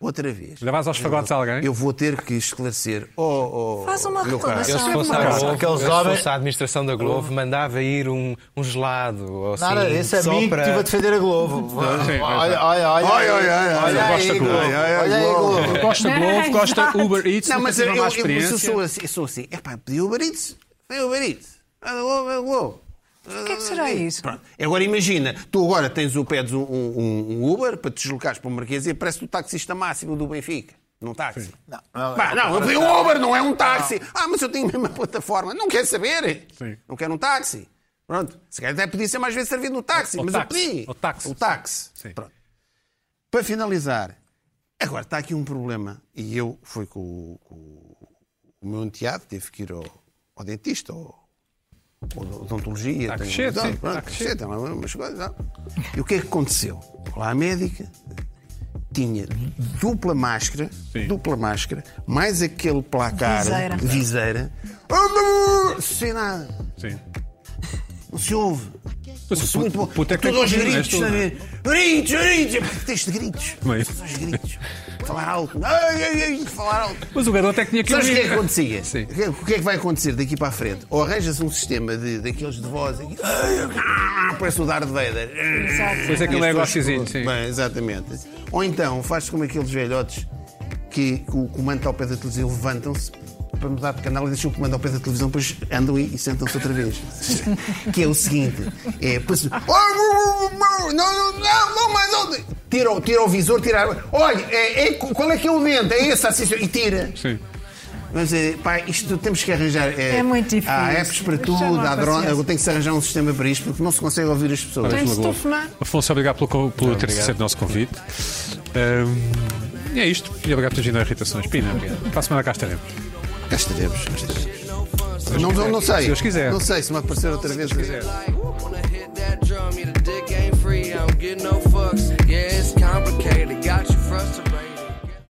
S2: outra vez,
S1: Ainda vais aos fagotes a alguém?
S2: eu vou ter que esclarecer. Oh, oh,
S3: Faz uma
S2: meu caro.
S5: Eu,
S3: reclamação.
S5: se fosse, à
S3: Aqueles
S5: Globo, eu, se
S4: homens-
S5: fosse à administração da Globo, mandava ir um, um gelado. Ou assim,
S4: Nada, esse é
S5: só
S4: amigo
S5: para-
S4: que estive a defender a Globo. Olha, olha, olha. Olha,
S2: Olha, olha, olha, olha,
S4: aí,
S2: gosta
S4: Globo.
S2: Globo. Olha,
S4: Olha aí,
S2: olha,
S4: Globo.
S1: Gosta Globo, gosta
S3: Exato.
S1: Uber Eats,
S2: Não, mas eu,
S1: eu,
S2: eu, eu, mas eu
S1: experiência.
S2: sou assim, eu sou assim. É pá, pedi o barito, é o barito. O
S3: que é que será isso?
S2: Agora imagina, tu agora tens o, pedes um, um- um Uber para te deslocares para o Marquês e aparece o taxista máximo do Benfica. Num táxi. Não,
S1: é
S2: não, não, eu pedi um Uber, não é um táxi. Ah, mas eu tenho a mesma plataforma. Não quer saber.
S1: Sim.
S2: Não quero um táxi. Pronto. Se calhar até podia ser mais vezes servido no táxi,
S1: O
S2: mas
S1: táxi,
S2: eu pedi.
S1: o táxi.
S2: O táxi.
S1: Sim.
S2: Pronto. Para finalizar, agora está aqui um problema. E eu fui com, o- com o- o meu enteado, teve que ir ao, ao dentista, ao, ao odontologia.
S1: a
S2: tem-
S1: crescer,
S2: Não,
S1: sim,
S2: pronto,
S1: está a crescer.
S2: tem lá umas coisas, não. E o que é que aconteceu? Lá a médica tinha dupla máscara, dupla máscara, mais aquele placar,
S3: Viseira.
S2: viseira. viseira. Sem nada.
S1: Sim.
S2: Não se ouve.
S1: Mas
S2: Ouve-se
S1: o
S2: muito
S1: puto-
S2: pouco.
S1: puto é que
S2: Tudo
S1: tem
S2: aos
S1: convívio,
S2: gritos,
S1: não é?
S2: está a ver? Gritos, gritos. Texto de gritos.
S1: Bem.
S2: Todos aos gritos. Falar alto. Ai, ai, ai, falar alto.
S1: Mas o garoto é que tinha que
S2: Sabes o que é
S1: ir.
S2: que acontecia?
S1: Sim.
S2: O que é- O que é que vai acontecer daqui para a frente? Ou arranjas um sistema de, daqueles de voz, aqui, ah, parece o Darth Vader.
S3: Exato.
S1: Pois é, aquele
S2: E as pessoas-
S1: negóciozinho, sim.
S2: Bem, exatamente. Ou então fazes como aqueles velhotes que o comando está ao pé da televisão, levantam-se para mudar de canal e deixam o comando ao pé da televisão, depois andam e, e sentam-se outra vez. que é o seguinte: é, pois, não, não, não, não, mais onde? Tira, o- tira o visor, tira a. Olha, é, é- qual é que é o lente? É esse, assim, e tira.
S1: Sim.
S2: Mas, eh, pá, isto temos que arranjar. eh,
S3: É muito difícil. assim.
S2: Há apps para tudo,
S3: Chama a
S2: há drones.
S3: paciência.
S2: Tem que se arranjar um sistema para isto, porque não se consegue ouvir as pessoas.
S1: Parabéns
S3: Tem de
S1: pela
S3: se
S1: Globo.
S3: telefonar.
S1: Afonso, obrigado pelo, co- pelo ter aceito o nosso convite. Ahm, e é isto. E obrigado por ter vindo à Irritações. Pina, para a semana cá estaremos.
S2: Cá estaremos, cá estaremos. Não, não, não sei.
S1: Se Deus quiser.
S2: Não sei se me aparecer outra vez. eh,
S12: Wanna hit that drum, yeah, the dick ain't free, I don't get no fucks. Yeah, it's complicated.